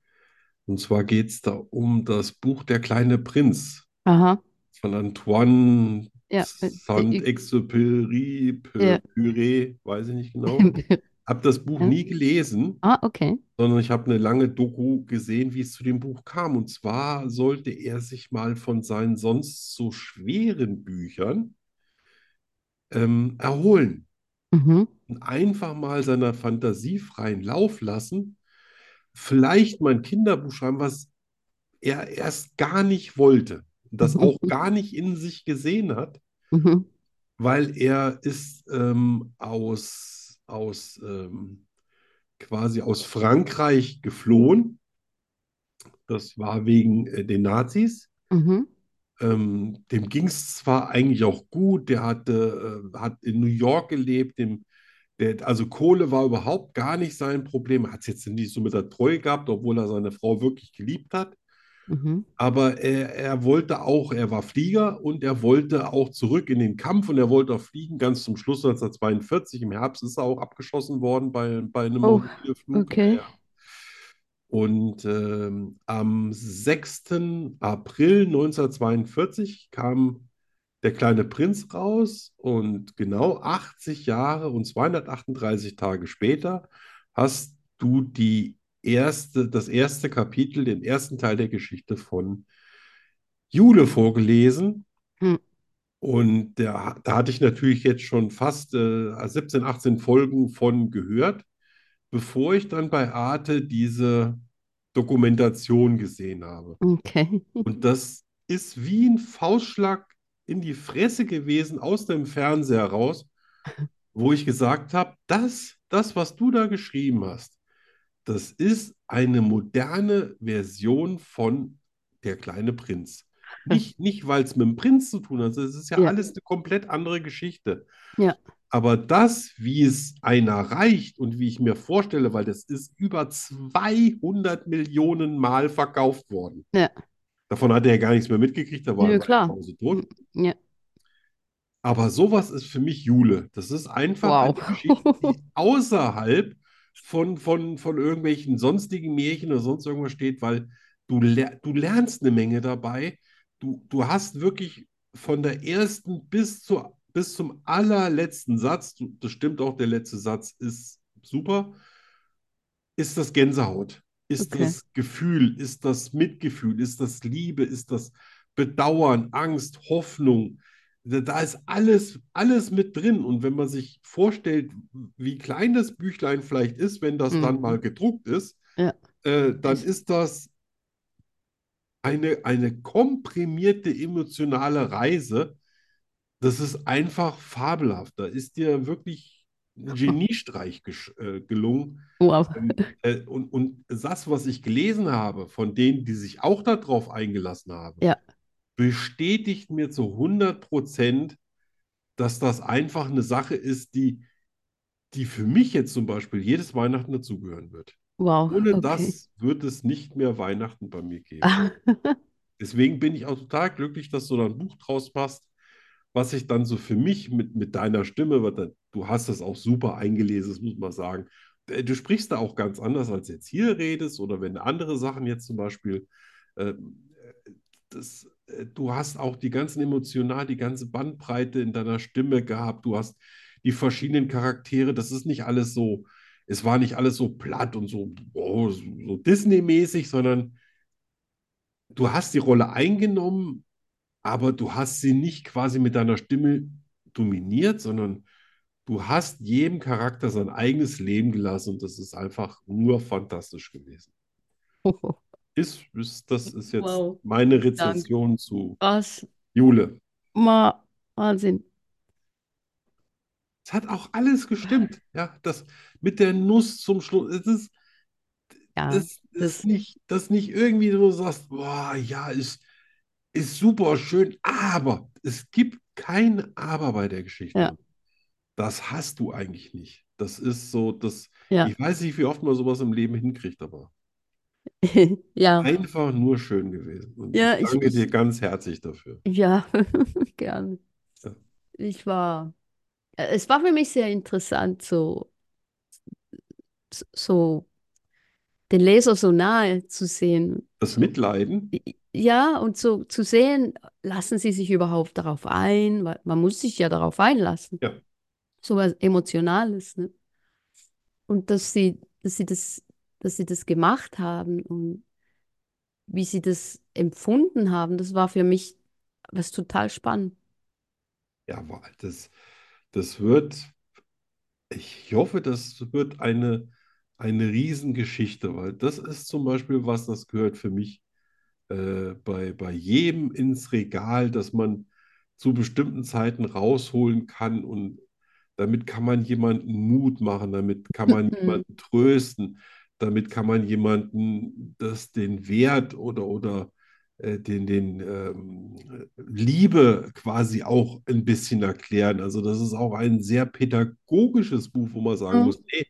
Und zwar geht es da um das Buch Der kleine Prinz
Aha.
von Antoine
Ja. [LAUGHS] äh,
Saint-Exupéry,
Ja.
Puré, weiß ich
[LAUGHS]
nicht genau. Habe das Buch
Ja.
nie gelesen.
Ah, okay.
sondern ich habe eine lange Doku gesehen, wie es zu dem Buch kam. Und zwar sollte er sich mal von seinen sonst so schweren Büchern ähm, erholen
Mhm.
und einfach mal seiner Fantasie freien Lauf lassen. Vielleicht mal ein Kinderbuch schreiben, was er erst gar nicht wollte, das auch gar nicht in sich gesehen hat
Mhm.
weil er ist ähm, aus, aus ähm, quasi aus Frankreich geflohen. Das war wegen äh, den Nazis
Mhm.
Ähm, dem ging es zwar eigentlich auch gut, der hatte, äh, hat in New York gelebt, dem, der, also Kohle war überhaupt gar nicht sein Problem, hat es jetzt nicht so mit der Treue gehabt, obwohl er seine Frau wirklich geliebt hat,
Mhm.
aber er, er wollte auch, er war Flieger und er wollte auch zurück in den Kampf und er wollte auch fliegen, ganz zum Schluss 1942, im Herbst ist er auch abgeschossen worden bei, bei einem
Oh,
Mobilflug. Ja,
okay.
ja. Und ähm, am 6. April 1942 kam Der kleine Prinz raus und genau 80 Jahre und 238 Tage später hast du die erste, das erste Kapitel, den ersten Teil der Geschichte von Jule vorgelesen.
Hm.
Und der, da hatte ich natürlich jetzt schon fast äh, 17, 18 Folgen von gehört, bevor ich dann bei Arte diese Dokumentation gesehen habe.
Okay.
Und das ist wie ein Faustschlag in die Fresse gewesen aus dem Fernseher raus, wo ich gesagt habe, das, das, was du da geschrieben hast, das ist eine moderne Version von Der kleine
[LAUGHS]
Prinz. Nicht, nicht weil es mit dem Prinz zu tun hat, es ist ja
Ja,
alles eine komplett andere Geschichte.
ja.
Aber das, wie es einer reicht und wie ich mir vorstelle, weil das ist über 200 Millionen Mal verkauft worden.
Ja,
Davon hat er ja gar nichts mehr mitgekriegt, da war
nö,
er
klar.
Pause
Hm,
tot.
Ja,
Aber sowas ist für mich Jule. Das ist einfach
wow.
eine Geschichte, die
[LAUGHS]
außerhalb von, von, von irgendwelchen sonstigen Märchen oder sonst irgendwas steht, weil du, ler du lernst eine Menge dabei. Du, du hast wirklich von der ersten bis zur, bis zum allerletzten Satz, du, das stimmt auch, der letzte Satz ist super, ist das Gänsehaut? Ist
Okay.
das Gefühl? Ist das Mitgefühl? Ist das Liebe? Ist das Bedauern, Angst, Hoffnung? Da da ist alles, alles mit drin. Und wenn man sich vorstellt, wie klein das Büchlein vielleicht ist, wenn das dann mal
Mhm.
gedruckt ist,
Ja,
äh, dann
ist,
ist das eine, eine komprimierte emotionale Reise. Das ist einfach fabelhaft. Da ist dir wirklich
[LAUGHS]
ein Geniestreich gesch- äh, gelungen.
wow.
Ähm, äh, und, und das, was ich gelesen habe, von denen, die sich auch darauf eingelassen haben,
Ja,
bestätigt mir zu 100 Prozent, dass das einfach eine Sache ist, die, die für mich jetzt zum Beispiel jedes Weihnachten dazugehören wird.
wow,
Ohne
okay.
das wird es nicht mehr Weihnachten bei mir
[LAUGHS]
geben.
Ah,
Deswegen bin ich auch total glücklich, dass du da ein Buch draus machst, was ich dann so für mich mit, mit deiner Stimme, weil da- du hast das auch super eingelesen, das muss man sagen. Äh, Du sprichst da auch ganz anders, als jetzt hier redest oder wenn du andere Sachen jetzt zum Beispiel, ähm, äh, das, äh, du hast auch die ganzen emotional, die ganze Bandbreite in deiner Stimme gehabt. Du hast die verschiedenen Charaktere. Das ist nicht alles so, es war nicht alles so platt und so, oh, so, so Disney-mäßig, sondern du hast die Rolle eingenommen, aber du hast sie nicht quasi mit deiner Stimme dominiert, sondern du hast jedem Charakter sein eigenes Leben gelassen und das ist einfach nur fantastisch gewesen.
Oh.
Ist, ist, das ist jetzt
Wow,
meine
danke.
Rezension zu
Was?
Jule.
Ma Wahnsinn.
Es hat auch
[LAUGHS]
alles gestimmt, ja, das mit der Nuss zum Schluss. Es ist,
Ja,
das ist
das,
nicht, das nicht irgendwie du sagst, boah, ja, ist, ist super schön, aber es gibt kein Aber bei der
ja,
Geschichte. Das hast du eigentlich nicht. Das ist so, das,
ja,
ich weiß nicht, wie oft man sowas im Leben hinkriegt, aber
[LAUGHS] ja,
einfach nur schön gewesen. Und ich
ja, ich,
danke dir
ich,
ganz herzlich dafür.
ja, [LAUGHS] gerne.
Ja.
Ich war, äh, es war für mich sehr interessant, so, so so den Leser so nahe zu sehen.
Das
So,
Mitleiden,
i- ja, und so zu sehen, lassen sie sich überhaupt darauf ein, weil man muss sich ja darauf einlassen.
ja,
So was Emotionales, ne? Und dass sie, dass sie das, dass sie das gemacht haben und wie sie das empfunden haben, das war für mich was total spannend.
ja, wa- das, das wird, ich hoffe, das wird eine, eine Riesengeschichte, weil das ist zum Beispiel was, das gehört für mich äh, bei, bei jedem ins Regal, dass man zu bestimmten Zeiten rausholen kann und damit kann man jemanden Mut machen, damit kann man
Mhm.
jemanden trösten, damit kann man jemanden das den Wert oder oder äh, den, den ähm, Liebe quasi auch ein bisschen erklären. Also das ist auch ein sehr pädagogisches Buch, wo man sagen
Mhm.
muss, nee,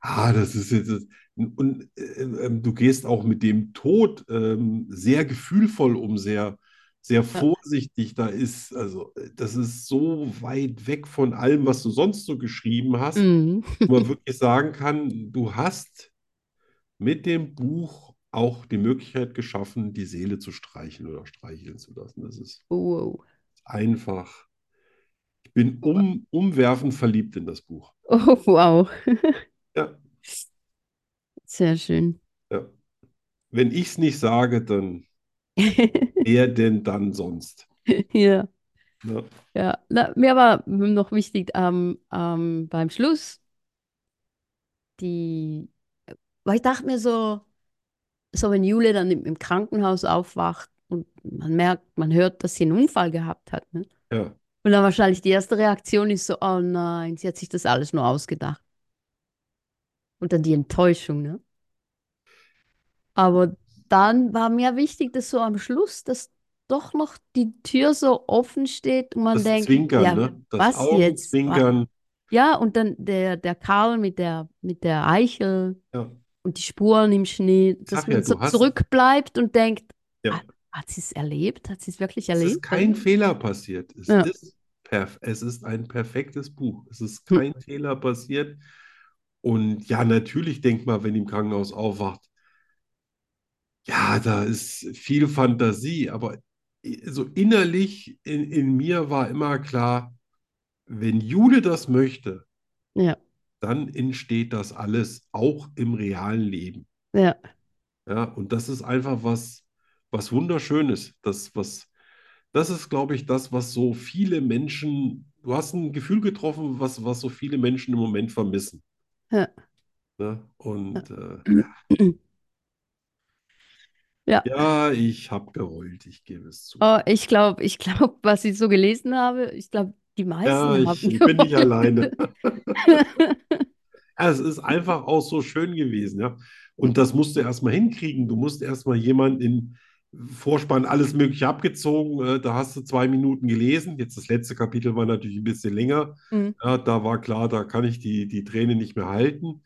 ah, das ist jetzt, das- und äh, ähm, du gehst auch mit dem Tod ähm, sehr gefühlvoll um, sehr, sehr vorsichtig. Da ist, also äh, das ist so weit weg von allem, was du sonst so geschrieben hast
Mhm.
wo man wirklich sagen kann, du hast mit dem Buch auch die Möglichkeit geschaffen, die Seele zu streicheln oder streicheln zu lassen. Das ist
Wow. [LAUGHS]
einfach. Ich bin um, umwerfend verliebt in das Buch.
Oh, wow.
Ja,
Sehr schön. [LAUGHS]
ja. Wenn ich es nicht sage, dann wer denn dann sonst? Ne?
Ja.
Ja.
Ja, na, mir war noch wichtig ähm, ähm, beim Schluss, die, weil ich dachte mir so, so wenn Jule dann im, im Krankenhaus aufwacht und man merkt, man hört, dass sie einen Unfall gehabt hat, ne?
Ja.
Und dann wahrscheinlich die erste Reaktion ist so, oh nein, sie hat sich das alles nur ausgedacht. Und dann die Enttäuschung, ne? Aber dann war mir wichtig, dass so am Schluss, dass doch noch die Tür so offen steht und man
Das
denkt,
Zwinkern,
ja,
ne? Das
was jetzt? Wa-
Augenzwinkern.
Ja, und dann der, der Karl mit der, mit der Eichel
Ja.
und die Spuren im Schnee, dass
Sag ja,
man so
du hast-
zurückbleibt und denkt,
Ja.
ah, hat sie es erlebt? Hat sie es wirklich
Es ist
erlebt?
kein Fehler passiert. Es
Ja.
ist perf es ist ein perfektes Buch. Es ist kein
Hm.
Fehler passiert. Und ja, natürlich denkt man, wenn die im Krankenhaus aufwacht, ja, da ist viel Fantasie, aber i- so innerlich in, in mir war immer klar, wenn Jule das möchte,
Ja,
dann entsteht das alles auch im realen Leben.
ja,
Ja, und das ist einfach was, was wunderschönes. Das, was, das ist, glaube ich, das, was so viele Menschen, du hast ein Gefühl getroffen, was, was so viele Menschen im Moment vermissen.
Ja.
Ne? Und äh,
[CLEARS THROAT] ja.
ja, ich habe geheult, ich gebe es zu.
Oh, ich glaube, ich glaube, [LAUGHS] was ich so gelesen habe, ich glaube, die meisten
Ja, ich
haben
bin nicht
geheult.
alleine. [LAUGHS] Ja, Es ist einfach auch so schön gewesen, ja. Und das musst du erstmal hinkriegen. Du musst erstmal jemanden in Vorspann alles Mögliche abgezogen. äh, Da hast du zwei Minuten gelesen. Jetzt das letzte Kapitel war natürlich ein bisschen länger.
Mhm.
Ja, da war klar, da kann ich die, die Träne nicht mehr halten.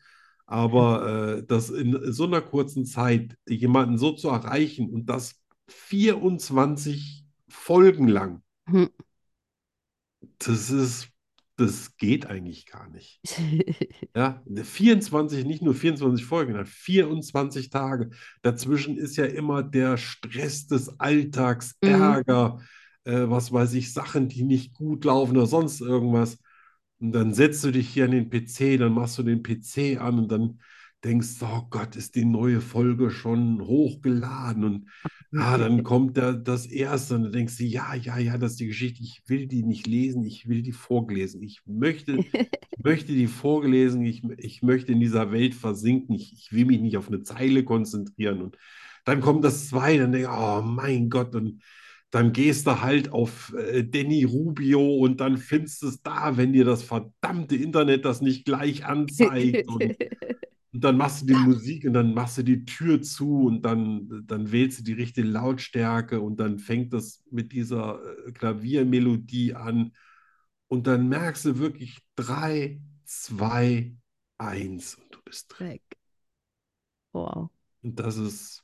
Aber äh, das in so einer kurzen Zeit jemanden so zu erreichen und das 24 Folgen lang,
Mhm.
das ist, das geht eigentlich gar nicht.
[LAUGHS]
Ja, 24, nicht nur 24 Folgen, sondern 24 Tage. Dazwischen ist ja immer der Stress des Alltags,
Mhm.
Ärger, äh, was weiß ich, Sachen, die nicht gut laufen oder sonst irgendwas. Und dann setzt du dich hier an den PC, dann machst du den PC an und dann denkst du, oh Gott, ist die neue Folge schon hochgeladen? Und ah, dann kommt da das erste und dann denkst du, ja, ja, ja, das ist die Geschichte. Ich will die nicht lesen, ich will die vorgelesen. Ich möchte. Ich möchte die vorgelesen, ich, ich möchte in dieser Welt versinken, ich, ich will mich nicht auf eine Zeile konzentrieren. Und dann kommt das Zweite, dann denke ich, oh mein Gott, und dann gehst du halt auf äh, Danny Rubio und dann findest du es da, wenn dir das verdammte Internet das nicht gleich anzeigt. Und, und dann machst du die Musik und dann machst du die Tür zu und dann, dann wählst du die richtige Lautstärke und dann fängt das mit dieser äh, Klaviermelodie an. Und dann merkst du wirklich 3, 2, 1 und du bist drin.
Weg. Wow,
Und das ist,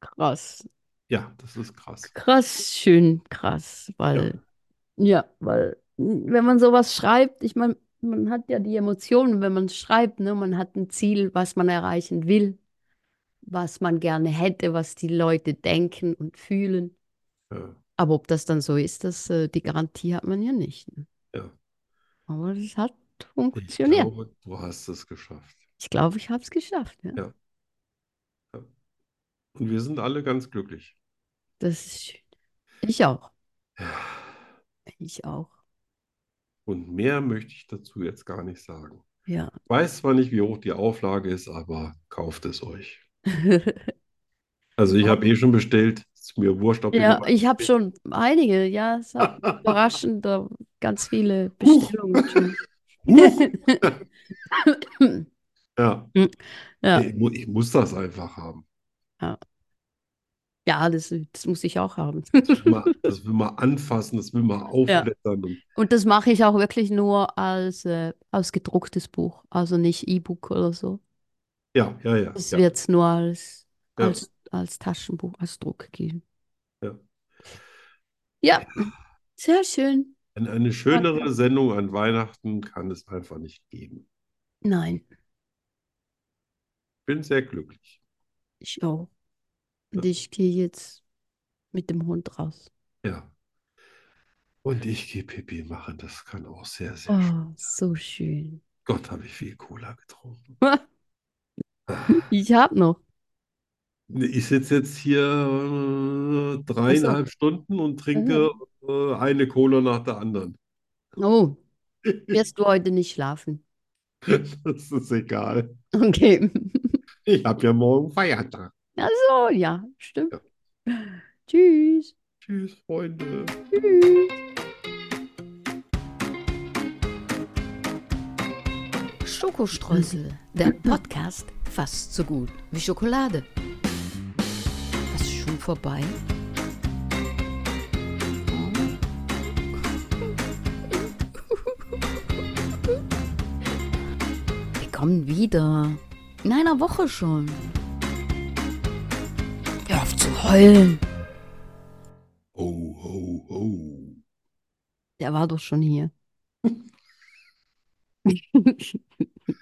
krass.
ja, das ist krass.
Krass, schön, krass, weil. Ja, weil mh, wenn man sowas schreibt, ich meine, man hat ja die Emotionen, wenn man schreibt, ne? Man hat ein Ziel, was man erreichen will, was man gerne hätte, was die Leute denken und fühlen.
Ja,
Aber ob das dann so ist, das, äh, die Garantie hat man ja nicht. Ne?
ja.
Aber das hat
Ich
funktioniert.
glaube, du hast es geschafft.
Ich glaube, ich habe es geschafft. Ja.
Ja. Und wir sind alle ganz glücklich.
Das ist schön. Ich auch.
Ja.
Ich auch.
Und mehr möchte ich dazu jetzt gar nicht sagen.
Ja.
Ich weiß zwar nicht, wie hoch die Auflage ist, aber kauft
[LAUGHS]
es euch. Also ich habe eh schon bestellt. Ist mir wurscht, ob ihr
Ja, [LAUGHS]
dabei
ich habe
seid.
schon einige, ja, es
[LAUGHS]
hat überraschend äh, ganz viele
Huch.
Bestellungen schon.
Huch. Ja,
Ja. Mm,
ich, mu- ich muss das einfach haben.
[CLEARS THROAT] Ja, das, das muss ich auch haben.
Das will man, das will man anfassen,
[LAUGHS]
das will man aufblättern. Und
Und das mache ich auch wirklich nur als, äh, als gedrucktes Buch, also nicht E-Book oder so.
ja, ja, ja.
Das
ja.
wird's nur als,
Ja.
als, als Taschenbuch, als Druck geben.
Ja.
Ja, sehr schön.
Eine, eine schönere Sendung an Weihnachten kann es einfach nicht geben.
Nein,
Bin sehr glücklich.
ich auch. Und
Ja.
ich gehe jetzt mit dem Hund raus.
Ja. Und ich gehe Pipi machen. Das kann auch sehr, sehr schön.
Oh, so schön.
Gott, habe ich viel Cola getrunken.
Ich habe noch.
Nee, Ich sitze jetzt hier äh, dreieinhalb Stunden und trinke äh, eine Cola nach der anderen. [LAUGHS]
Oh, wirst du heute nicht schlafen? [LAUGHS]
Das ist egal.
Okay.
Ich habe ja morgen Feiertag.
Also, ja, stimmt.
Ja.
Tschüss.
Tschüss, Freunde.
Tschüss.
Schokostreusel, der Podcast fast so gut wie Schokolade. Was ist schon vorbei? Wir kommen wieder. In einer Woche schon. Hör auf zu heulen.
Ho, ho, ho. [LAUGHS]
Der war doch schon hier.